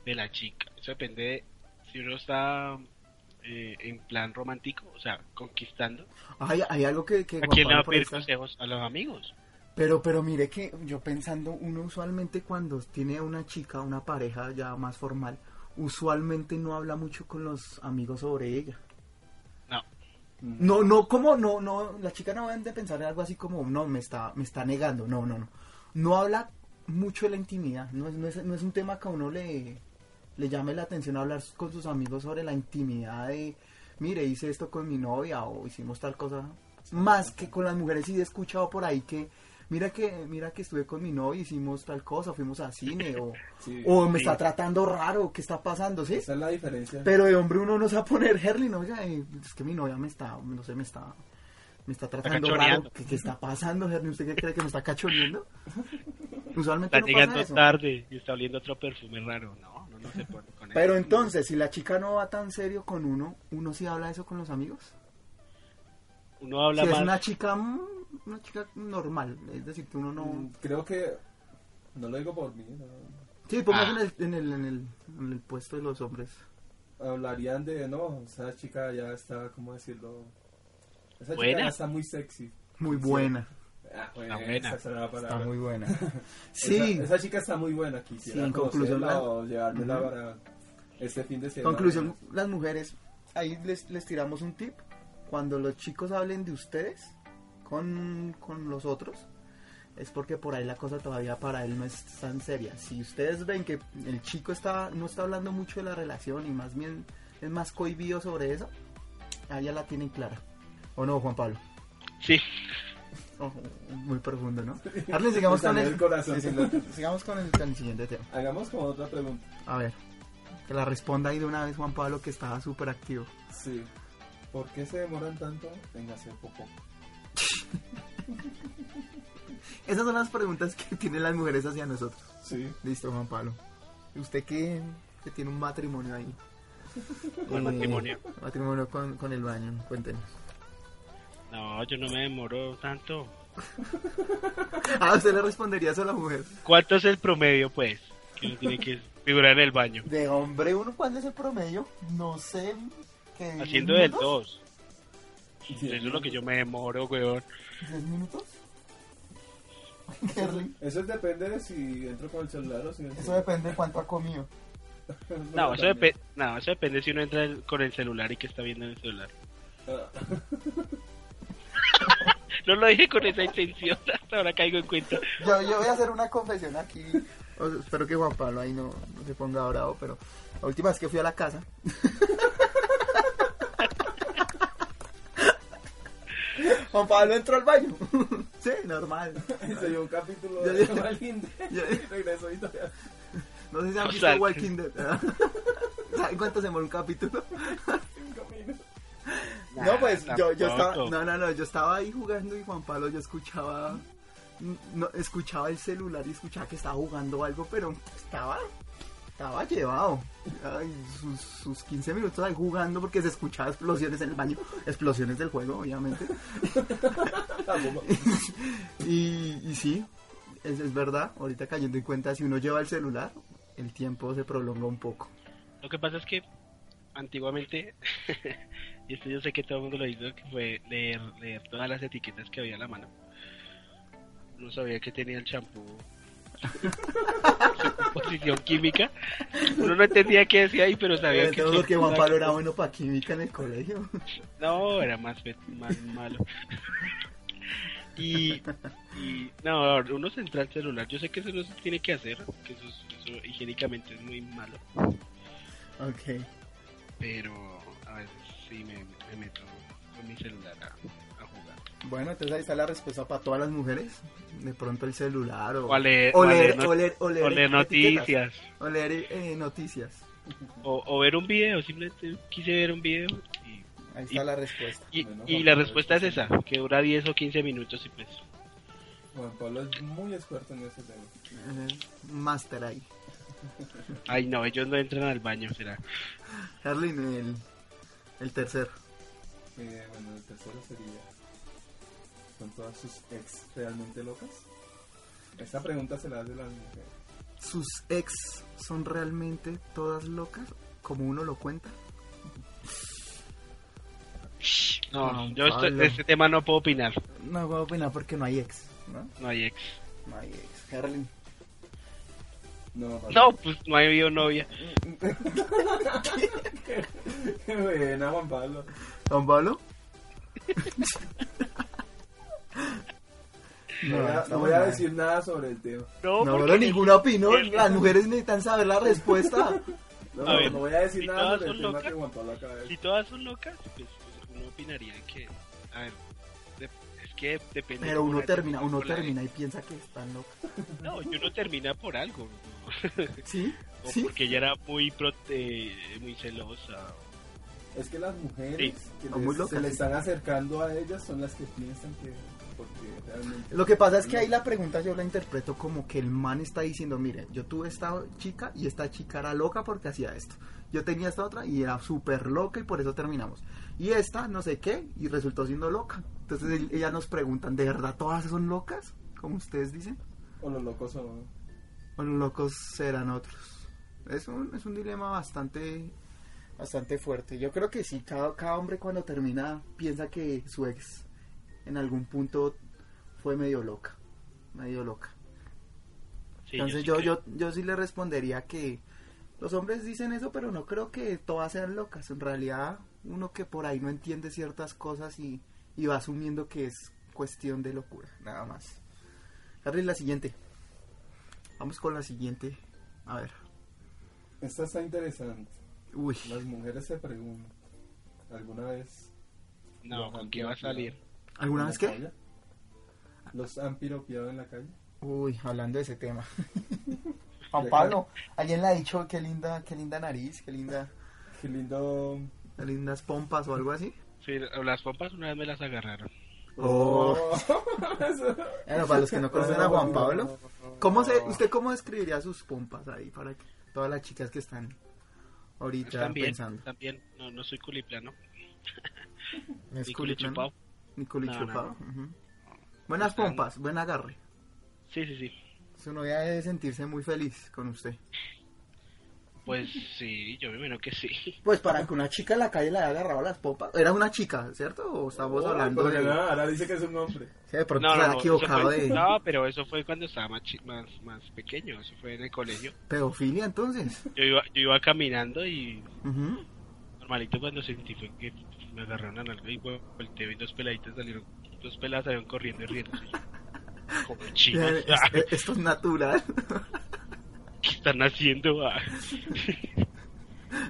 Speaker 3: de la chica. Eso depende de si uno está eh, en plan romántico, o sea, conquistando.
Speaker 1: Hay, hay algo que... que
Speaker 3: ¿A quién le va a
Speaker 1: por ahí
Speaker 3: pedir
Speaker 1: está-
Speaker 3: consejos? A los amigos.
Speaker 1: Pero, pero mire que yo pensando, uno usualmente cuando tiene a una chica, una pareja ya más formal, usualmente no habla mucho con los amigos sobre ella.
Speaker 3: No.
Speaker 1: No, no, como, no, no, la chica no deben de pensar en algo así como, no, me está, me está negando, no, no, no. No habla mucho de la intimidad, no es, no es, no es un tema que a uno le, le llame la atención hablar con sus amigos sobre la intimidad de, mire, hice esto con mi novia o hicimos tal cosa. Más que con las mujeres sí he escuchado por ahí que, mira que, mira que estuve con mi novia, hicimos tal cosa, fuimos a cine o,
Speaker 2: Sí,
Speaker 1: o me está tratando raro, ¿qué está pasando? ¿Sí?
Speaker 2: esa es la diferencia.
Speaker 1: Pero de hombre uno no se va a poner Herlin, oiga, eh, es que mi novia me está, no sé, me está, me está tratando
Speaker 3: cachoneando.
Speaker 1: raro. ¿Qué, qué está pasando, Herlin? ¿Usted qué cree que me está cachoneando? Usualmente no pasa
Speaker 3: Está llegando
Speaker 1: eso.
Speaker 3: tarde y está oliendo otro perfume raro. No, no, no se puede con
Speaker 1: Pero
Speaker 3: eso.
Speaker 1: entonces, si la chica no va tan serio con uno, ¿uno sí habla eso con los amigos?
Speaker 3: uno habla
Speaker 1: si es
Speaker 3: más.
Speaker 1: una chica, mm, una chica normal, es decir, que uno
Speaker 2: Mm,
Speaker 1: no...
Speaker 2: Creo que. No lo digo por mí, no.
Speaker 1: Sí, pongas
Speaker 3: Ah.
Speaker 1: en, el, en, el, en, el, en el puesto de los hombres.
Speaker 2: Hablarían de. No, esa chica ya está, ¿cómo decirlo? Esa
Speaker 3: Buena.
Speaker 2: chica ya está muy sexy.
Speaker 1: Muy buena.
Speaker 2: Ah,
Speaker 3: Está buena.
Speaker 2: esa será la palabra.
Speaker 4: Está muy buena.
Speaker 1: Sí,
Speaker 2: Esa, esa chica está muy buena, quisiera
Speaker 1: Sí, en conclusión,
Speaker 2: conocerla
Speaker 1: la-
Speaker 2: o llevármela
Speaker 1: Ujú.
Speaker 2: para este fin de semana.
Speaker 1: conclusión, las mujeres, ahí les, les tiramos un tip. Cuando los chicos hablen de ustedes con, con los otros, es porque por ahí la cosa todavía para él no es tan seria. Si ustedes ven que el chico está no está hablando mucho de la relación y más bien es más cohibido sobre eso, ahí ya la tienen clara. ¿O no, Juan Pablo?
Speaker 3: Sí,
Speaker 1: Ojo, muy profundo, ¿no? Arlen, sigamos
Speaker 2: Me
Speaker 1: con
Speaker 2: Pues salió
Speaker 1: el,
Speaker 2: el corazón.
Speaker 1: sí, sí, sigamos con el, con el siguiente tema.
Speaker 2: Hagamos como otra pregunta.
Speaker 1: A ver, que la responda ahí de una vez Juan Pablo que estaba súper activo.
Speaker 2: Sí. ¿Por qué se demoran tanto en hacer popó?
Speaker 1: Esas son las preguntas que tienen las mujeres hacia nosotros.
Speaker 2: Sí.
Speaker 1: Listo, Juan Pablo. ¿Usted qué, que tiene un matrimonio ahí? Mm.
Speaker 3: Buen matrimonio.
Speaker 1: Matrimonio con, con el baño, cuéntenos.
Speaker 3: no, yo no me demoro tanto.
Speaker 1: Ah, usted le respondería eso a la mujer.
Speaker 3: ¿Cuánto es el promedio, pues? Que uno tiene que figurar en el baño.
Speaker 1: De hombre, uno, ¿cuál es el promedio? No sé. ¿qué,
Speaker 3: Haciendo
Speaker 1: diez
Speaker 3: del
Speaker 1: minutos?
Speaker 3: 2. Eso es lo que yo me demoro, weón.
Speaker 1: ¿Diez minutos? Qué rico.
Speaker 2: Eso depende de si entro con el celular o si entro-
Speaker 1: Eso depende de cuánto ha comido.
Speaker 3: No,
Speaker 2: Bueno,
Speaker 3: eso,
Speaker 2: también.
Speaker 3: depe- no, eso depende si uno entra el- con el celular y que está viendo en el celular.
Speaker 2: Ah,
Speaker 3: No lo dije con esa intención, hasta ahora caigo en cuenta.
Speaker 1: Yo, yo voy a hacer una confesión aquí. O sea, espero que Juan Pablo ahí no, no se ponga bravo, pero la última vez que fui a la casa, Juan Pablo entró al baño. sí, normal.
Speaker 2: Se dio un capítulo
Speaker 1: Ya,
Speaker 2: de
Speaker 1: ya.
Speaker 2: Valinde.
Speaker 1: Ya.
Speaker 2: Regresó y todavía.
Speaker 1: No sé si han
Speaker 3: O
Speaker 1: visto
Speaker 3: sea,
Speaker 1: Walking Dead. ¿Saben cuánto se demoró un capítulo?
Speaker 2: en camino.
Speaker 1: No, pues yo, yo estaba,
Speaker 3: tampoco.
Speaker 1: no, no, no, yo estaba ahí jugando y Juan Pablo yo escuchaba, no, escuchaba el celular y escuchaba que estaba jugando algo, pero estaba, estaba llevado. Ay, sus, sus 15 minutos ahí jugando porque se escuchaba explosiones en el baño, explosiones del juego, obviamente.
Speaker 2: Tampoco.
Speaker 1: Y, y sí, es, es verdad, ahorita cayendo en cuenta, si uno lleva el celular, el tiempo se prolonga un poco.
Speaker 3: Lo que pasa es que antiguamente, y esto yo sé que todo el mundo lo hizo, que fue leer, leer todas las etiquetas que había a la mano. No sabía que tenía el champú. su composición química. Uno no entendía qué decía ahí, pero sabía que...
Speaker 1: Eh, Todo lo que Juan Pablo era bueno para química en el colegio.
Speaker 3: No, era más, fe- más malo. Y, y no, uno se entra al celular. Yo sé que eso no se tiene que hacer, que eso, es- eso higiénicamente es muy malo.
Speaker 1: Ok.
Speaker 3: Pero a veces sí me, me meto con mi celular a, a jugar.
Speaker 1: Bueno, entonces ahí está la respuesta para todas las mujeres. De pronto el celular o...
Speaker 3: O a leer,
Speaker 1: o
Speaker 3: o a
Speaker 1: leer,
Speaker 3: leer not-
Speaker 1: o leer- o leer
Speaker 3: O leer
Speaker 1: etiquetas.
Speaker 3: noticias.
Speaker 1: O leer eh, noticias.
Speaker 3: O, o ver un video. Simplemente quise ver un video. Y,
Speaker 1: Ahí
Speaker 3: está
Speaker 1: la respuesta.
Speaker 3: y,
Speaker 2: Bueno,
Speaker 3: y
Speaker 2: Juan
Speaker 3: la
Speaker 2: Pablo,
Speaker 3: respuesta es
Speaker 2: sí.
Speaker 3: esa, que dura 10 o 15 minutos y pues...
Speaker 2: Juan Pablo es muy experto en ese tema.
Speaker 1: Master Eh, ahí.
Speaker 3: Ay no, ellos no entran al baño, será.
Speaker 1: Harley, el, el tercero.
Speaker 2: Eh, bueno, el tercero sería. ¿Son todas sus ex realmente locas? Esta pregunta se la hace la mujer.
Speaker 1: ¿Sus ex son realmente todas locas? Como uno lo cuenta.
Speaker 3: No,
Speaker 1: No,
Speaker 3: yo estoy-
Speaker 1: Pablo.
Speaker 3: de este tema no puedo opinar.
Speaker 1: No, voy a opinar porque no hay ex, ¿no?
Speaker 3: No hay ex.
Speaker 1: No hay ex. Harley.
Speaker 2: No, Juan
Speaker 3: No, pues no ha habido novia.
Speaker 2: Qué buena, Juan Pablo.
Speaker 1: ¿Don Pablo?
Speaker 2: No, voy a, no voy a decir nada sobre el tema.
Speaker 3: No,
Speaker 1: No,
Speaker 3: porque
Speaker 1: pero ninguna opinión. Las mujeres necesitan saber la respuesta.
Speaker 2: No,
Speaker 3: A ver,
Speaker 2: no voy a decir
Speaker 3: ¿y
Speaker 2: nada
Speaker 3: todas
Speaker 2: sobre el
Speaker 3: son
Speaker 2: tema
Speaker 3: locas?
Speaker 2: que Juan Pablo acaba de
Speaker 3: si
Speaker 2: decir.
Speaker 3: todas son locas, pues uno opinaría que... A ver, de- es que depende...
Speaker 1: Pero uno
Speaker 3: por-
Speaker 1: termina, uno
Speaker 3: por la-
Speaker 1: termina y piensa que están locas.
Speaker 3: No, y uno termina por algo. ¿no?
Speaker 1: ¿Sí?
Speaker 3: O
Speaker 1: ¿Sí?
Speaker 3: porque ella era muy prote- muy celosa.
Speaker 2: Es que las mujeres
Speaker 3: Sí.
Speaker 2: que
Speaker 1: Son muy
Speaker 2: les-
Speaker 1: locas.
Speaker 2: se le están acercando a ellas son las que piensan que porque realmente...
Speaker 1: Lo que pasa es que ahí la pregunta yo la interpreto como que el man está diciendo, mire, yo tuve esta chica y esta chica era loca porque hacía esto. Yo tenía esta otra y era súper loca y por eso terminamos. Y esta, no sé qué, y resultó siendo loca. Entonces el- ellas nos preguntan, ¿de verdad todas son locas? Como ustedes dicen.
Speaker 2: O los locos son...
Speaker 1: ¿O Pues los locos serán otros? Es un, es un dilema bastante bastante fuerte. Yo creo que sí, cada, cada hombre cuando termina piensa que su ex en algún punto fue medio loca. Medio loca.
Speaker 3: Sí,
Speaker 1: Entonces
Speaker 3: sí
Speaker 1: yo,
Speaker 3: creo.
Speaker 1: yo, yo sí le respondería que los hombres dicen eso, pero no creo que todas sean locas. En realidad, uno que por ahí no entiende ciertas cosas y, y va asumiendo que es cuestión de locura, nada más. Carly, la siguiente. Vamos con la siguiente. A ver.
Speaker 2: Esta está interesante.
Speaker 1: Uy.
Speaker 2: Las mujeres se preguntan, ¿alguna vez
Speaker 3: No, ¿con qué va a salir?
Speaker 1: ¿Alguna
Speaker 2: en
Speaker 1: vez
Speaker 2: la
Speaker 1: qué?
Speaker 2: calle? ¿Los han piropeado en la calle?
Speaker 1: Uy, hablando de ese tema. Juan
Speaker 2: Ya,
Speaker 1: Pablo, alguien le ha dicho qué linda, qué linda nariz, qué linda,
Speaker 2: Qué lindo.
Speaker 1: qué lindas pompas o algo así.
Speaker 3: Sí, las papas una vez me las agarraron.
Speaker 1: Oh.
Speaker 2: Eso-
Speaker 1: Bueno, para los que Eh, no conocen a Juan Pablo, ¿cómo se,
Speaker 2: No.
Speaker 1: ¿usted cómo describiría sus pompas ahí para que todas las chicas que están ahorita
Speaker 3: Están bien,
Speaker 1: pensando?
Speaker 3: están bien. No, no soy culiplano.
Speaker 1: ¿Es culichupado?
Speaker 3: Ni culichupao.
Speaker 1: Ni culichupado,
Speaker 3: No,
Speaker 1: ujú. Buenas
Speaker 3: Están-
Speaker 1: pompas, buen agarre.
Speaker 3: Sí, sí, sí.
Speaker 1: Su novia debe sentirse muy feliz con usted.
Speaker 3: Pues sí, yo me imagino que sí.
Speaker 1: Pues para que una chica en la calle le haya agarrado las pompas. pues Era una chica, ¿cierto? O estamos
Speaker 2: Oh,
Speaker 1: hablando
Speaker 2: porque
Speaker 1: de...
Speaker 2: nada, ahora dice que es un hombre.
Speaker 1: Sí, de pronto
Speaker 3: No,
Speaker 1: se
Speaker 3: no,
Speaker 1: han
Speaker 3: no,
Speaker 1: equivocado
Speaker 3: eso fue-
Speaker 1: de
Speaker 3: no, pero eso fue cuando estaba más, chi- más, más pequeño, eso fue en el colegio.
Speaker 1: pedofilia entonces.
Speaker 3: Yo iba, yo iba caminando y
Speaker 1: Ujú.
Speaker 3: normalito cuando sentí fue que me agarraron a algo y vol- volteo y dos peladitas salieron, dos peladas salieron corriendo y riendo. Como chinas,
Speaker 1: Eh,
Speaker 3: ah,
Speaker 1: es- eh, Esto es natural.
Speaker 3: ¿qué están haciendo? Ah.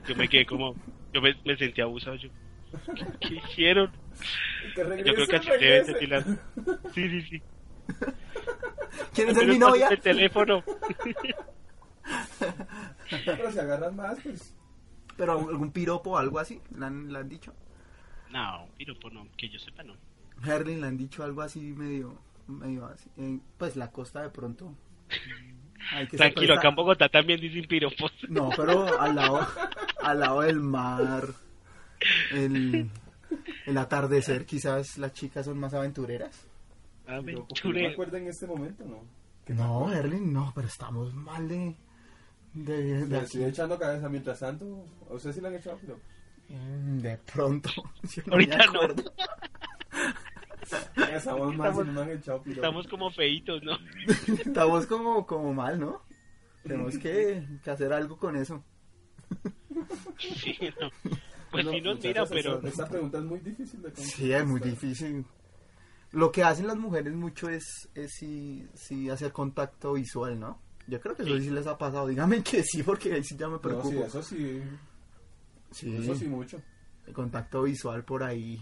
Speaker 3: Yo me quedé como, yo me, me sentí abusado, yo, ¿qué, qué hicieron?
Speaker 2: Que
Speaker 3: Yo creo que así
Speaker 2: regrese, regrese.
Speaker 3: deben sentir las... Sí, sí, sí.
Speaker 1: ¿Quién es
Speaker 3: Pero
Speaker 1: mi
Speaker 3: no,
Speaker 1: novia?
Speaker 3: El teléfono.
Speaker 2: Pero si agarran más, pues.
Speaker 1: Pero algún piropo o algo así, ¿le han, le han dicho?
Speaker 3: No, piropo no, que yo sepa no.
Speaker 1: Herlin le han dicho algo así medio, medio así. Eh, pues la costa de pronto. Ay, que se
Speaker 3: Tranquilo,
Speaker 1: presta-
Speaker 3: acá en Bogotá también dicen piropos.
Speaker 1: No, pero al lado, al lado del mar, el, el atardecer, quizás las chicas son más aventureras.
Speaker 3: Ah,
Speaker 2: Yo,
Speaker 3: me
Speaker 2: porque no me
Speaker 3: churé.
Speaker 2: acuerdo en este momento, ¿no?
Speaker 1: No, Herlin, no, pero estamos mal de... De, de
Speaker 2: Le estoy
Speaker 1: aquí.
Speaker 2: echando cabeza mientras tanto. A usted sí le han echado pero
Speaker 1: Mm, De pronto. Yo no
Speaker 3: Ahorita
Speaker 1: me
Speaker 3: no.
Speaker 1: acuerdo.
Speaker 2: Estamos más y no me han echado piropo.
Speaker 3: Estamos como feitos, ¿no?
Speaker 1: Estamos como, como mal, ¿no? Tenemos que, que hacer algo con eso.
Speaker 3: Sí, no. Pues
Speaker 2: No,
Speaker 3: sí nos mira,
Speaker 2: muchachas,
Speaker 3: pero
Speaker 2: esa- Esta pregunta es muy difícil de contestar.
Speaker 1: Sí, es muy difícil. Lo que hacen las mujeres mucho es, es sí, sí hacer contacto visual, ¿no? Yo creo que eso
Speaker 3: Sí.
Speaker 1: sí les ha pasado. Dígame que sí, porque ahí sí ya me
Speaker 2: No, sí,
Speaker 1: preocupo.
Speaker 2: eso sí.
Speaker 1: sí,
Speaker 2: Eso sí, mucho.
Speaker 1: el contacto visual por ahí.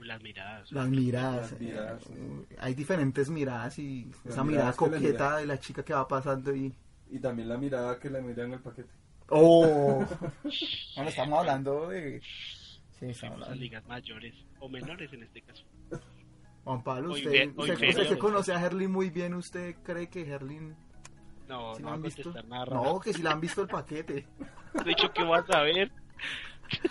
Speaker 3: las miradas.
Speaker 1: Las miradas.
Speaker 2: Las miradas,
Speaker 1: eh, hay diferentes miradas y
Speaker 2: Las
Speaker 1: esa mirada
Speaker 2: miradas que la
Speaker 1: coqueta
Speaker 2: mirada.
Speaker 1: de la chica que va pasando y...
Speaker 2: Y también la mirada que le miran el paquete.
Speaker 1: ¡Oh! bueno, estamos hablando de... Sí, estamos
Speaker 3: Fuimos a
Speaker 1: hablando.
Speaker 3: ligas mayores o menores en este caso.
Speaker 1: Juan Pablo,
Speaker 3: Muy
Speaker 1: usted,
Speaker 3: bien, muy
Speaker 1: usted,
Speaker 3: bien.
Speaker 1: usted que conoce a Herlin muy bien, ¿usted cree que Herlin
Speaker 3: No,
Speaker 1: si la
Speaker 3: no va a
Speaker 1: han visto?
Speaker 3: contestar nada
Speaker 1: No,
Speaker 3: raro.
Speaker 1: que si le han visto el paquete.
Speaker 3: De hecho, ¿qué vas a ver?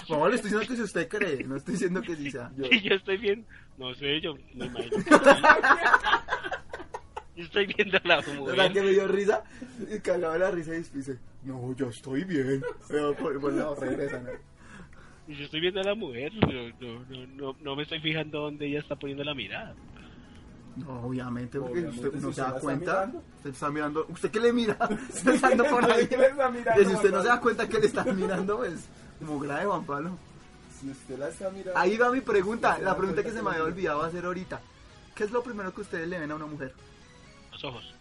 Speaker 1: No, le estoy diciendo que si usted cree, no estoy diciendo que sí sea.
Speaker 3: Yo... yo estoy bien. No sé, yo me imagino. que sí. Yo estoy viendo a la
Speaker 1: ¿Verdad que
Speaker 3: mujer.
Speaker 1: me dio risa? Y cagaba la risa y dice, no, yo estoy bien. Pero por, por no, regresa, ¿no?
Speaker 3: Yo estoy viendo a la mujer. No, no, no, no, no me estoy fijando dónde ella está poniendo la mirada.
Speaker 1: No, obviamente, porque
Speaker 2: Obviamente,
Speaker 1: usted no
Speaker 2: si
Speaker 1: se
Speaker 2: usted la
Speaker 1: da
Speaker 2: está
Speaker 1: cuenta.
Speaker 2: mirando.
Speaker 1: Usted está mirando. ¿Usted qué le mira? Usted está andando por ahí.
Speaker 2: ¿Qué le está mirando,
Speaker 1: Y si usted no
Speaker 2: Juan
Speaker 1: se da
Speaker 2: Pablo?
Speaker 1: cuenta que le están mirando, es como grave, Juan Pablo.
Speaker 2: Si usted la está mirando.
Speaker 1: Ahí va mi pregunta,
Speaker 2: Sí,
Speaker 1: la
Speaker 2: la
Speaker 1: pregunta que
Speaker 2: pregunta
Speaker 1: se me
Speaker 2: que le
Speaker 1: había
Speaker 2: dije.
Speaker 1: olvidado hacer ahorita. ¿Qué es lo primero que ustedes le ven a una mujer?
Speaker 3: Los ojos.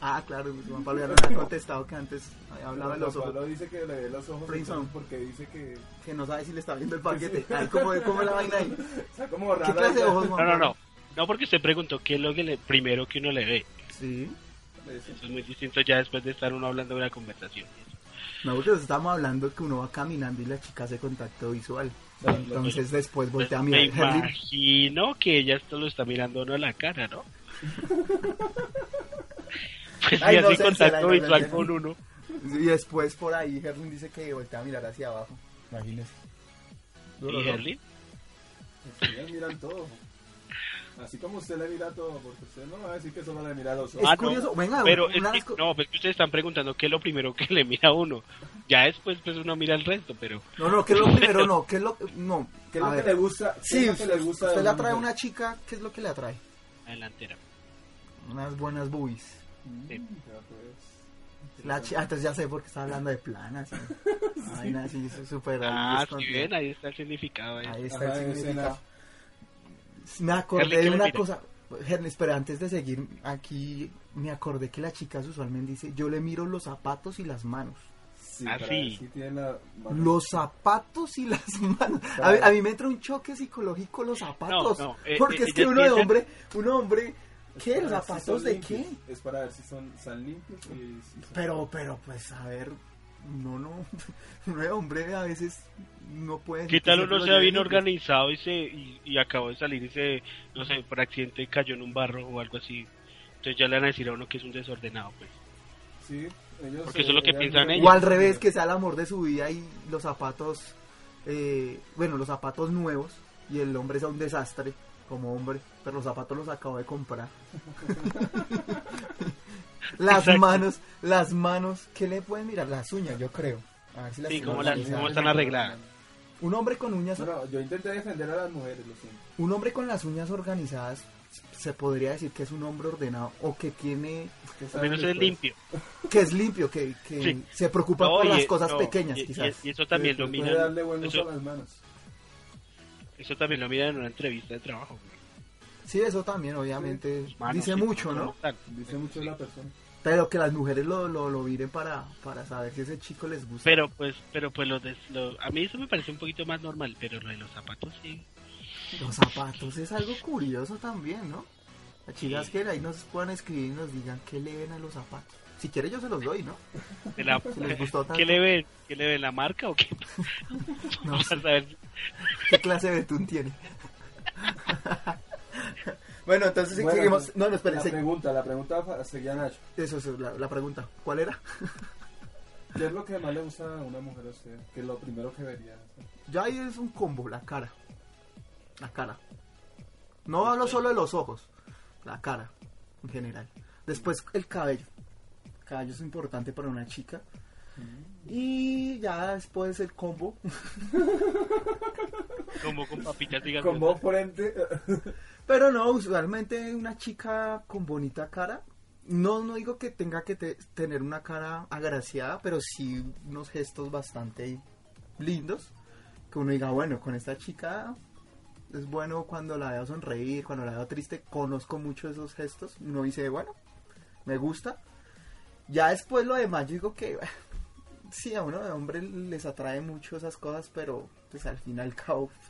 Speaker 1: Ah, claro, pues, Juan Pablo ya nos ha contestado que antes había hablado de
Speaker 2: Juan
Speaker 1: los ojos,
Speaker 2: Pablo dice que le ve los ojos
Speaker 1: Prince
Speaker 2: entonces,
Speaker 1: on.
Speaker 2: porque dice que.
Speaker 1: que no sabe si le está viendo el paquete. Ay, ¿cómo, cómo es la vaina ahí?
Speaker 2: Está como raro.
Speaker 1: ¿Qué clase de ojos, Juan
Speaker 3: No, no,
Speaker 1: Pablo?
Speaker 3: no. No, porque se preguntó qué es lo que le- primero que uno le ve.
Speaker 1: Sí.
Speaker 2: Le dice,
Speaker 3: Eso es muy distinto ya después de estar uno hablando de una conversación.
Speaker 1: No, porque estamos hablando que uno va caminando y la chica hace contacto visual. Entonces después voltea a
Speaker 3: Pues, Me
Speaker 1: mirar a Henry.
Speaker 3: imagino que ella esto lo está mirando a uno a la cara, ¿no? pues
Speaker 1: Ay,
Speaker 3: si
Speaker 1: no, se-
Speaker 3: hace
Speaker 1: se
Speaker 3: contacto
Speaker 1: la-
Speaker 3: visual
Speaker 1: la-
Speaker 3: con uno.
Speaker 1: Y después por ahí Herlin dice que voltea a mirar hacia abajo.
Speaker 2: Imagínese.
Speaker 3: ¿Y Herlin?
Speaker 2: Ustedes miran todo. Así como usted le mira todo, porque usted no va a decir que solo le mira a los
Speaker 1: Es
Speaker 3: Ah,
Speaker 2: ojos.
Speaker 3: no.
Speaker 1: curioso, venga,
Speaker 3: Pero
Speaker 1: una
Speaker 3: es
Speaker 1: de
Speaker 3: que,
Speaker 1: las co-
Speaker 3: no, pues que ustedes están preguntando qué es lo primero que le mira a uno. Ya después pues uno mira el resto, pero
Speaker 1: No, no, ¿qué es lo primero? No, ¿qué es lo, no,
Speaker 2: ¿Qué es
Speaker 1: a
Speaker 2: lo que
Speaker 1: ver.
Speaker 2: le gusta? ¿Qué
Speaker 1: Sí,
Speaker 2: es lo que le gusta de
Speaker 1: usted le
Speaker 2: una
Speaker 1: atrae a
Speaker 2: mujer?
Speaker 1: una chica, ¿qué es lo que le atrae?
Speaker 3: la delantera.
Speaker 1: Unas buenas boobies.
Speaker 2: Mm,
Speaker 3: Sí.
Speaker 2: ya, pues.
Speaker 1: La chi- ah, entonces ya sé por qué está hablando de planas. ¿no? Ay, nada, sí, eso es súper
Speaker 3: Ah, sí,
Speaker 1: escondido.
Speaker 3: ven, ahí está el significado. ahí.
Speaker 1: Ahí está
Speaker 2: Ajá,
Speaker 1: el
Speaker 2: ese
Speaker 1: significado.
Speaker 2: nazo.
Speaker 1: Me
Speaker 3: Herli,
Speaker 1: acordé
Speaker 3: ¿qué
Speaker 1: de
Speaker 3: le
Speaker 1: una
Speaker 3: mira?
Speaker 1: cosa. Hernes, pero antes de seguir aquí, me acordé que las chicas usualmente dicen, yo le miro los zapatos y las manos.
Speaker 2: Sí,
Speaker 3: Ah,
Speaker 2: para-
Speaker 3: sí.
Speaker 2: sí tiene la mano.
Speaker 1: Los zapatos y las manos. A, mí- a mí me entra un choque psicológico los zapatos.
Speaker 3: no, eh,
Speaker 1: porque
Speaker 3: eh,
Speaker 1: es que
Speaker 3: ellas
Speaker 1: uno de
Speaker 3: piensan-
Speaker 1: hombre, uno de hombre,
Speaker 2: Es
Speaker 1: ¿qué?
Speaker 2: para
Speaker 1: ¿Los
Speaker 2: ver si
Speaker 1: zapatos
Speaker 2: son
Speaker 1: de qué?
Speaker 2: limpios. Es para ver si son están limpios y si son-
Speaker 1: Pero, pero, pues, a ver, no, no, uno de hombre a veces no puede...
Speaker 3: ¿Qué tal
Speaker 1: siempre
Speaker 3: uno
Speaker 1: lo pues.
Speaker 3: sea
Speaker 1: lleve
Speaker 3: bien
Speaker 1: limpio.
Speaker 3: organizado y se y, y acabó de salir y se, no sé, por accidente cayó en un barro o algo así? Entonces ya le van a decir a uno que es un desordenado, pues.
Speaker 2: Sí, ellos,
Speaker 3: Porque eso es lo que
Speaker 2: ellas
Speaker 3: piensan
Speaker 2: miran-
Speaker 3: ellos.
Speaker 1: O al revés, que sea el amor de su vida y los zapatos, eh, bueno, los zapatos nuevos y el hombre sea un desastre como hombre, pero los zapatos los acabo de comprar. las
Speaker 3: Exacto.
Speaker 1: manos, las manos, ¿qué le pueden mirar? Las uñas, yo creo. A ver si las
Speaker 3: Sí,
Speaker 1: tienen
Speaker 3: cómo las-
Speaker 1: organizadas.
Speaker 3: cómo están arregladas.
Speaker 1: Un hombre con uñas,
Speaker 2: No, no, yo intenté defender a las mujeres, lo siento.
Speaker 1: un hombre con las uñas organizadas se podría decir que es un hombre ordenado o que tiene
Speaker 2: Es que
Speaker 3: Al
Speaker 2: saben
Speaker 3: menos es
Speaker 2: después.
Speaker 3: limpio.
Speaker 1: que es limpio, que, que
Speaker 3: Sí.
Speaker 1: se preocupa
Speaker 3: No,
Speaker 1: por
Speaker 3: y-
Speaker 1: las cosas
Speaker 3: no,
Speaker 1: pequeñas,
Speaker 3: y- y-
Speaker 1: quizás.
Speaker 3: Y, eso también
Speaker 2: Después
Speaker 3: lo
Speaker 2: puede
Speaker 3: miran.
Speaker 2: darle buen uso a
Speaker 3: eso,
Speaker 2: las manos.
Speaker 3: eso también lo miran en una entrevista de trabajo. güey.
Speaker 1: Sí, eso también, obviamente.
Speaker 3: Manos,
Speaker 1: dice
Speaker 3: sí,
Speaker 1: mucho,
Speaker 3: todo
Speaker 1: ¿no?
Speaker 3: tal.
Speaker 2: Dice mucho de la persona.
Speaker 1: Pero que las mujeres lo, lo, lo miren para, para saber si ese chico les gusta.
Speaker 3: Pero pues, pero pues los des- lo- a mí eso me parece un poquito más normal, pero lo de los zapatos sí.
Speaker 1: Los zapatos es algo curioso también, ¿no? Las chicas que ahí nos puedan escribir y nos digan qué le ven a los zapatos. Si quiere yo se los doy, ¿no?
Speaker 3: De la-
Speaker 1: Si les gustó tanto.
Speaker 3: ¿Qué le ven? ¿Qué le ven la marca o qué?
Speaker 1: No sé
Speaker 3: Para saber.
Speaker 1: qué clase de betún tiene. bueno, entonces si
Speaker 2: Bueno,
Speaker 1: seguimos...
Speaker 2: pues,
Speaker 1: No, no,
Speaker 2: La
Speaker 1: espérense.
Speaker 2: pregunta, la pregunta fa- seguía Nacho.
Speaker 1: Eso es la, la pregunta. ¿Cuál era?
Speaker 2: ¿Qué es lo que más le gusta a una mujer a usted? Que es lo primero que vería.
Speaker 1: Ya ahí es un combo, la cara. La cara. No hablo solo de los ojos, la cara en general. Después el cabello. El cabello es importante para una chica. Y ya después el combo.
Speaker 3: Como con papitas digan.
Speaker 2: Con vos frente.
Speaker 1: Pero no, usualmente una chica con bonita cara. No, no digo que tenga que te- tener una cara agraciada, pero sí unos gestos bastante lindos. Que uno diga, bueno, con esta chica es bueno cuando la veo sonreír, cuando la veo triste. Conozco mucho esos gestos. Uno dice, bueno, me gusta. Ya después lo demás, yo digo que bah, sí, a uno de hombre les atrae mucho esas cosas, pero pues al fin y al cabo, pues,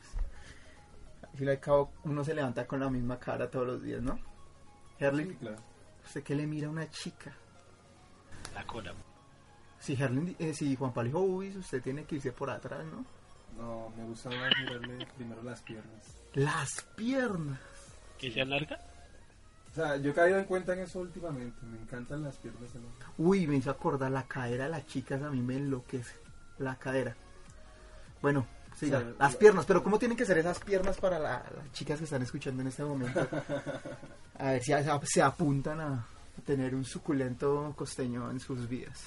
Speaker 1: al fin y al cabo uno se levanta con la misma cara todos los días, ¿no? Herlin,
Speaker 2: Sí, claro.
Speaker 1: ¿usted qué le mira a una chica?
Speaker 3: La cola.
Speaker 1: Si Herlin, eh, si Juan Pablo dijo "Uy, usted tiene que irse por atrás, ¿no?
Speaker 2: No, me gusta más mirarle primero las piernas.
Speaker 1: Las piernas.
Speaker 3: Que sean largas.
Speaker 2: O sea, yo he caído en cuenta en eso últimamente. Me encantan las piernas. en hombre.
Speaker 1: Uy, me hizo acordar la cadera de las chicas, a mí me enloquece. La cadera. Bueno, siga.
Speaker 2: Sí,
Speaker 1: las
Speaker 2: la-
Speaker 1: piernas, pero ¿cómo tienen que ser esas piernas para la- las chicas que están escuchando en este momento? A ver si a- se apuntan a tener un suculento costeño en sus vidas.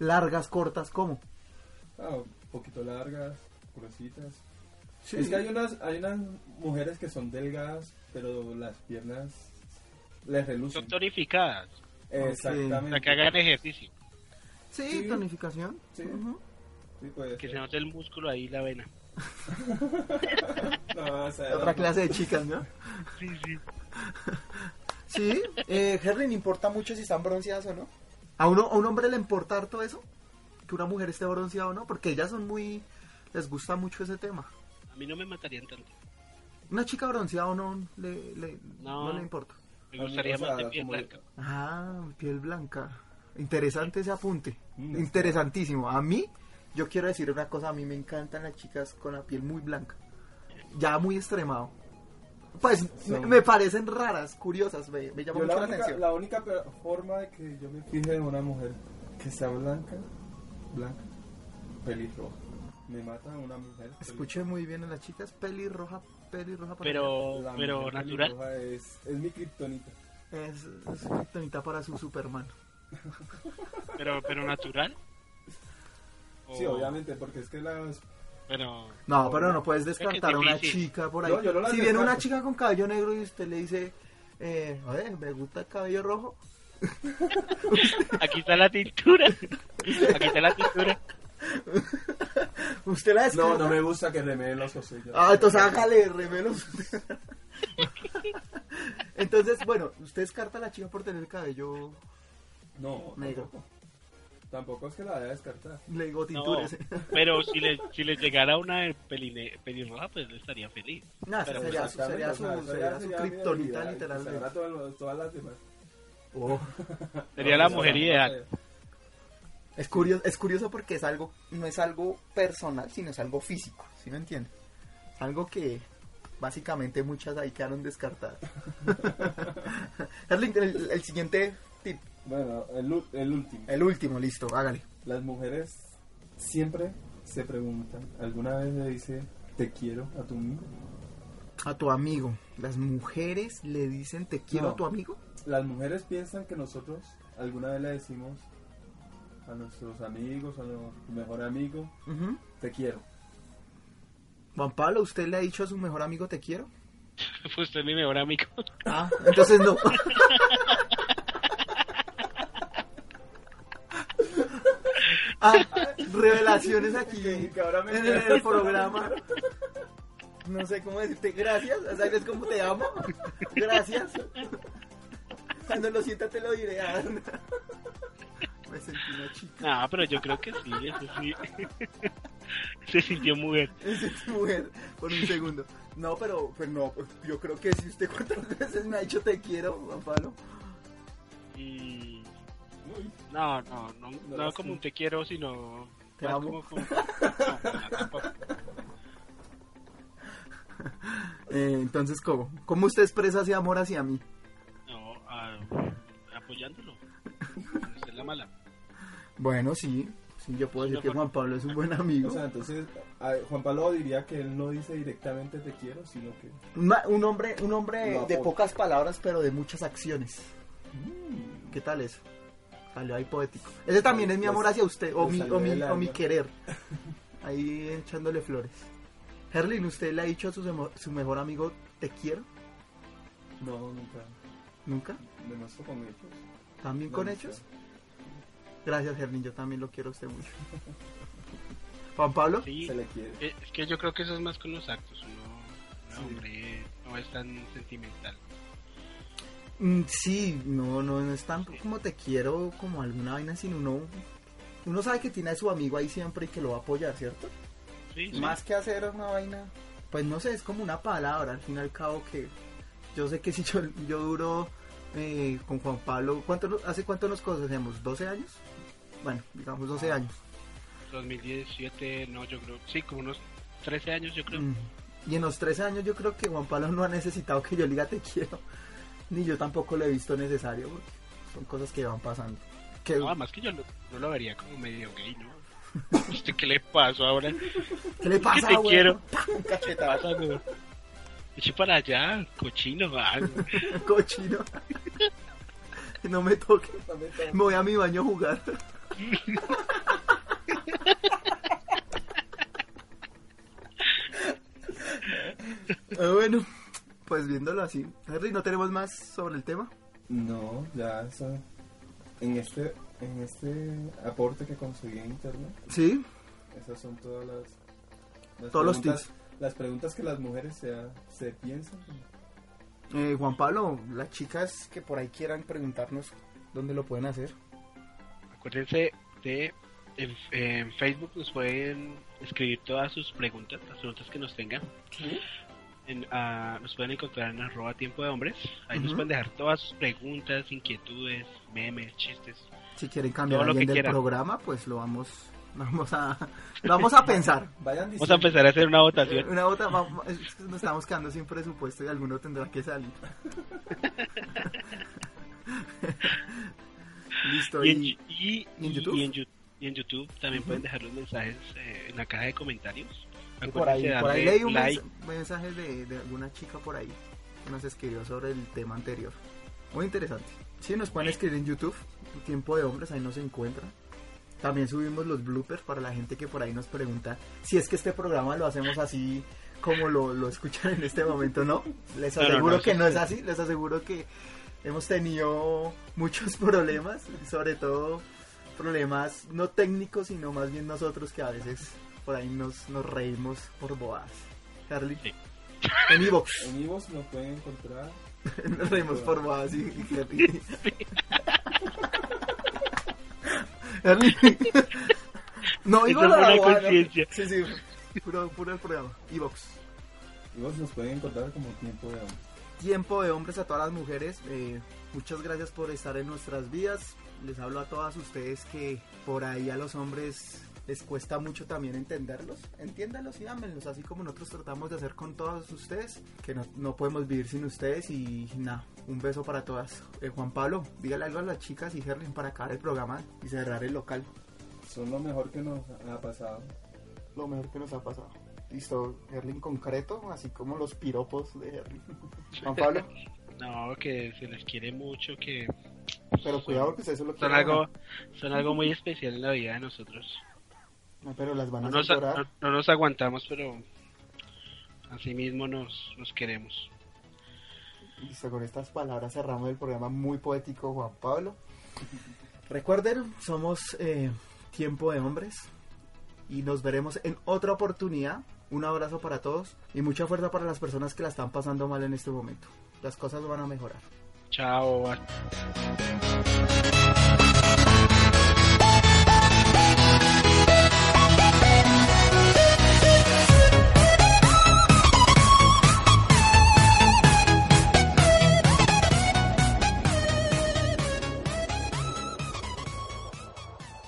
Speaker 1: Largas, cortas, ¿cómo?
Speaker 2: Ah, un poquito largas, gruesitas. Es que hay unas, hay unas mujeres que son delgadas, pero las piernas les relucen.
Speaker 3: Son tonificadas.
Speaker 2: Exactamente.
Speaker 3: Para que hagan ejercicio.
Speaker 1: Sí,
Speaker 2: Sí.
Speaker 1: tonificación.
Speaker 2: Sí.
Speaker 1: Ujú.
Speaker 2: Sí, pues. puede
Speaker 3: Que
Speaker 2: ser.
Speaker 3: se note el músculo ahí, la vena.
Speaker 2: No, o sea,
Speaker 1: Otra clase de chicas, ¿no?
Speaker 3: Sí, sí.
Speaker 1: Sí, eh, Henry, ¿le importa mucho si están bronceadas o no? ¿A, uno, ¿A un hombre le importa harto eso? ¿Que una mujer esté bronceada o no? Porque ellas son muy... les gusta mucho ese tema.
Speaker 3: A mí no me matarían tanto.
Speaker 1: Una chica bronceada o no le, le- no.
Speaker 3: No.
Speaker 1: le importa.
Speaker 3: Me gustaría
Speaker 2: O sea,
Speaker 3: más de piel
Speaker 2: como-
Speaker 3: blanca.
Speaker 1: Ah, piel blanca. Interesante ese apunte.
Speaker 2: Mm.
Speaker 1: Interesantísimo. A mí, yo quiero decir una cosa, a mí me encantan las chicas con la piel muy blanca. Ya muy extremado. Pues
Speaker 2: Son-
Speaker 1: me- me parecen raras, curiosas, me, me llama mucho
Speaker 2: Yo la
Speaker 1: la
Speaker 2: única,
Speaker 1: atención.
Speaker 2: la única pe- forma de que yo me fije en una mujer que sea blanca, blanca, pelirroja. Me mata una mujer.
Speaker 1: Escuché muy bien a las chicas, pelirroja, pelirroja. para
Speaker 3: Pero,
Speaker 2: pelirroja. La
Speaker 3: pero
Speaker 2: mujer
Speaker 3: natural.
Speaker 2: pelirroja Es, es mi kriptonita.
Speaker 1: Es, es kriptonita para su Superman.
Speaker 3: Pero, pero natural.
Speaker 2: Sí,
Speaker 3: O-
Speaker 2: obviamente, porque es que las...
Speaker 3: Pero,
Speaker 1: No,
Speaker 2: Obvio.
Speaker 1: pero no puedes
Speaker 3: que es
Speaker 1: descartar a una
Speaker 3: difícil.
Speaker 1: chica por ahí.
Speaker 2: No, yo no la
Speaker 1: si viene una
Speaker 2: descarto.
Speaker 1: chica con cabello negro y usted le dice, eh, oye, me gusta el cabello rojo,
Speaker 3: aquí está la tintura. Aquí está la tintura.
Speaker 1: usted la descarta.
Speaker 2: No, no me gusta que remeen los osillos.
Speaker 1: Ah, entonces hágale remelos. entonces, bueno, usted descarta a la chica por tener el cabello
Speaker 2: No,
Speaker 1: Negro.
Speaker 2: tampoco. Tampoco es que la deba descartar.
Speaker 1: le digo
Speaker 3: No,
Speaker 1: tintures.
Speaker 3: pero si le, si le llegara una peline- pelirroja, pues le estaría feliz.
Speaker 1: Nah, esa
Speaker 3: pero
Speaker 1: sería, su- sería
Speaker 2: pues, Exactamente,
Speaker 1: su,
Speaker 2: o sea,
Speaker 1: sería su
Speaker 2: esa sería mi
Speaker 1: kriptonita
Speaker 2: debilidad, y
Speaker 1: literalmente.
Speaker 2: sacará todas- todas las demás.
Speaker 1: Oh.
Speaker 3: Sería
Speaker 2: No,
Speaker 3: la
Speaker 2: no,
Speaker 3: mujer
Speaker 2: no, no,
Speaker 3: ideal.
Speaker 2: no sé.
Speaker 1: Es curioso, es curioso porque es algo, no es algo personal, sino es algo físico, ¿sí me entiende? Es algo que básicamente muchas ahí quedaron descartadas. Carlin, el, el siguiente tip,
Speaker 2: Bueno, el, u- el último.
Speaker 1: el último, listo, hágale.
Speaker 2: Las mujeres siempre se preguntan, ¿alguna vez le dice te quiero a tu amigo?
Speaker 1: A tu amigo, ¿las mujeres le dicen te quiero
Speaker 2: No.
Speaker 1: a tu amigo?
Speaker 2: Las mujeres piensan que nosotros alguna vez le decimos a nuestros amigos, a nuestro mejor amigo,
Speaker 1: Ujú.
Speaker 2: te quiero.
Speaker 1: Juan Pablo, ¿usted le ha dicho a su mejor amigo te quiero?
Speaker 3: Fue usted mi mejor amigo.
Speaker 1: Ah, entonces no. ah, revelaciones aquí
Speaker 2: Que- que ahora me
Speaker 1: en el,
Speaker 2: quedo.
Speaker 1: programa. No sé cómo decirte gracias, ¿sabes cómo te amo? Gracias. Cuando lo sienta te lo diré. Ah, no. Me sentí una chica,
Speaker 3: No, pero yo creo que sí, eso sí. Se sintió mujer.
Speaker 1: me sentí mujer por un segundo. No, pero pues no, yo creo que si usted cuántas veces me ha dicho te quiero, Juan Pablo.
Speaker 3: Mm,
Speaker 2: Uy,
Speaker 3: No, no, no, no,
Speaker 2: No,
Speaker 3: como
Speaker 2: sí.
Speaker 3: un te quiero, sino.
Speaker 1: Te
Speaker 3: más
Speaker 1: amo.
Speaker 3: como- como- no, no, tampoco.
Speaker 1: Eh, entonces, ¿cómo? ¿Cómo usted expresa ese amor hacia mí?
Speaker 3: No, ah, apoyándolo. Usted es la mala.
Speaker 1: Bueno, sí, sí, yo puedo decir que Juan Pablo es un buen amigo.
Speaker 2: O sea, entonces a- Juan Pablo diría que él no dice directamente te quiero, sino que...
Speaker 1: Ma- un hombre, un hombre
Speaker 2: Lo
Speaker 1: de
Speaker 2: apoyo.
Speaker 1: pocas palabras, pero de muchas acciones.
Speaker 2: mm,
Speaker 1: ¿Qué tal eso? Salió ahí poético. Ese también es mi amor hacia usted, o
Speaker 2: Pues
Speaker 1: mi,
Speaker 2: salió
Speaker 1: o mi,
Speaker 2: del
Speaker 1: o mi
Speaker 2: alma.
Speaker 1: querer. Ahí echándole flores. Herlin, ¿usted le ha dicho a su, semo- su mejor amigo te quiero?
Speaker 2: no, nunca.
Speaker 1: ¿Nunca?
Speaker 2: Me muestro con hechos.
Speaker 1: ¿También
Speaker 2: Me
Speaker 1: con
Speaker 2: muestro.
Speaker 1: hechos? Gracias, Herlin, yo también lo quiero a usted mucho. Juan Pablo,
Speaker 3: Sí,
Speaker 2: Se le quiere.
Speaker 3: eh, es que yo creo que eso es más con los actos. Uno, no,
Speaker 2: Sí.
Speaker 3: hombre, no es tan sentimental.
Speaker 1: Mm, Sí, no, no, no es tanto como te quiero, como alguna vaina, sino uno, uno sabe que tiene a su amigo ahí siempre y que lo va a apoyar, ¿cierto?
Speaker 3: Sí, sí.
Speaker 1: Más que hacer una vaina, pues no sé, es como una palabra, al fin y al cabo que yo sé que si yo, yo duro eh, con Juan Pablo, ¿cuánto, no- ¿hace cuánto nos conocemos? ¿12 años? Bueno, digamos 12
Speaker 3: Ah.
Speaker 1: años.
Speaker 3: 2017, no, yo creo. Sí, como unos 13 años, yo creo.
Speaker 1: Mm, Y en los 13 años yo creo que Juan Pablo no ha necesitado que yo le diga te quiero, ni yo tampoco lo he visto necesario, porque son cosas que van pasando. Que,
Speaker 3: No, además que yo lo- no lo vería como medio gay, ¿no? ¿Usted qué le pasó ahora?
Speaker 1: ¿Qué le pasa,
Speaker 3: te
Speaker 1: güey?
Speaker 3: quiero.
Speaker 1: ¡Pah! Un cachetazo.
Speaker 3: pasa, güey? Eche para allá, cochino, va.
Speaker 1: Cochino. No me toque. Me voy a mi baño a jugar. Eh, bueno, pues viéndolo así. Henry, ¿no tenemos más sobre el tema?
Speaker 2: No, ya eso. En este, en este aporte que conseguí en internet,
Speaker 1: Sí.
Speaker 2: esas son todas las. las
Speaker 1: Todos los
Speaker 2: preguntas- Las preguntas que las mujeres se, ha- se piensan.
Speaker 1: Eh, Juan Pablo, las chicas que por ahí quieran preguntarnos dónde lo pueden hacer.
Speaker 3: Acuérdense de en, en Facebook nos pueden escribir todas sus preguntas, las preguntas que nos tengan. En, ah, nos pueden encontrar en arroba tiempo de hombres. Ahí nos
Speaker 1: Ujú.
Speaker 3: pueden dejar todas sus preguntas, inquietudes, memes, chistes.
Speaker 1: Si quieren cambiar a
Speaker 3: Todo lo
Speaker 1: alguien
Speaker 3: que
Speaker 1: del
Speaker 3: quieran.
Speaker 1: programa, pues lo vamos, lo vamos a, lo vamos a pensar.
Speaker 2: Vayan
Speaker 3: Vamos a
Speaker 2: diciendo.
Speaker 3: empezar a hacer una votación.
Speaker 1: Una otra, va- va- es que nos estamos quedando sin presupuesto y alguno tendrá que salir. Listo,
Speaker 3: Y en,
Speaker 1: eh, y
Speaker 3: y-
Speaker 1: ¿y en
Speaker 3: y-
Speaker 1: YouTube?
Speaker 3: y en Yu- y en YouTube también pueden dejar los mensajes eh, en la caja de comentarios.
Speaker 1: y por ahí,
Speaker 3: Acuérdense
Speaker 1: por ahí
Speaker 3: darle
Speaker 1: leí un
Speaker 3: like.
Speaker 1: mens- mensaje de, de alguna chica por ahí que nos escribió sobre el tema anterior. Muy interesante. Sí, nos pueden escribir en YouTube, Tiempo de Hombres, ahí nos encuentran. También subimos los bloopers para la gente que por ahí nos pregunta si es que este programa lo hacemos así como lo, lo escuchan en este momento, ¿no? Les
Speaker 3: No, no,
Speaker 1: aseguro
Speaker 3: no,
Speaker 1: que
Speaker 3: sí,
Speaker 1: no
Speaker 3: sí.
Speaker 1: es así, les aseguro que hemos tenido muchos problemas, sobre todo problemas no técnicos, sino más bien nosotros que a veces por ahí nos, nos reímos por bobadas. Carly,
Speaker 3: Sí.
Speaker 1: en Evox
Speaker 2: En Ivos nos pueden encontrar.
Speaker 1: nos reímos por bobadas y, y Carly. Carly. No,
Speaker 3: Eso
Speaker 1: digo
Speaker 3: es
Speaker 1: la
Speaker 3: buena
Speaker 1: bobada, ¿no?
Speaker 3: conciencia.
Speaker 1: Sí, sí, puro, puro el programa. Evox.
Speaker 2: Ivos nos pueden encontrar como tiempo de hombre.
Speaker 1: tiempo de hombres a todas las mujeres. eh, muchas gracias por estar en nuestras vidas. Les hablo a todas ustedes que por ahí a los hombres les cuesta mucho también entenderlos. Entiéndanlos y ámenlos, así como nosotros tratamos de hacer con todos ustedes, que no, no podemos vivir sin ustedes. Y nada, un beso para todas. Eh, Juan Pablo, dígale algo a las chicas y Gerlin para acabar el programa y cerrar el local.
Speaker 2: Son lo mejor que nos ha pasado.
Speaker 1: Lo mejor que nos ha pasado. Listo, Gerlin concreto, así como los piropos de Gerlin. Juan Pablo,
Speaker 3: No, que se les quiere mucho, que
Speaker 1: pero cuidado porque ustedes eso lo
Speaker 3: son algo, son algo muy especial en la vida de nosotros.
Speaker 1: No, pero las van
Speaker 3: No
Speaker 1: a
Speaker 3: nos,
Speaker 1: censurar.
Speaker 3: no- no nos aguantamos, pero así mismo nos, nos queremos.
Speaker 1: Listo, con estas palabras cerramos el programa muy poético, Juan Pablo. Recuerden, somos eh, Tiempo de Hombres y nos veremos en otra oportunidad. Un abrazo para todos y mucha fuerza para las personas que la están pasando mal en este momento. Las cosas van a mejorar.
Speaker 3: Chao, hasta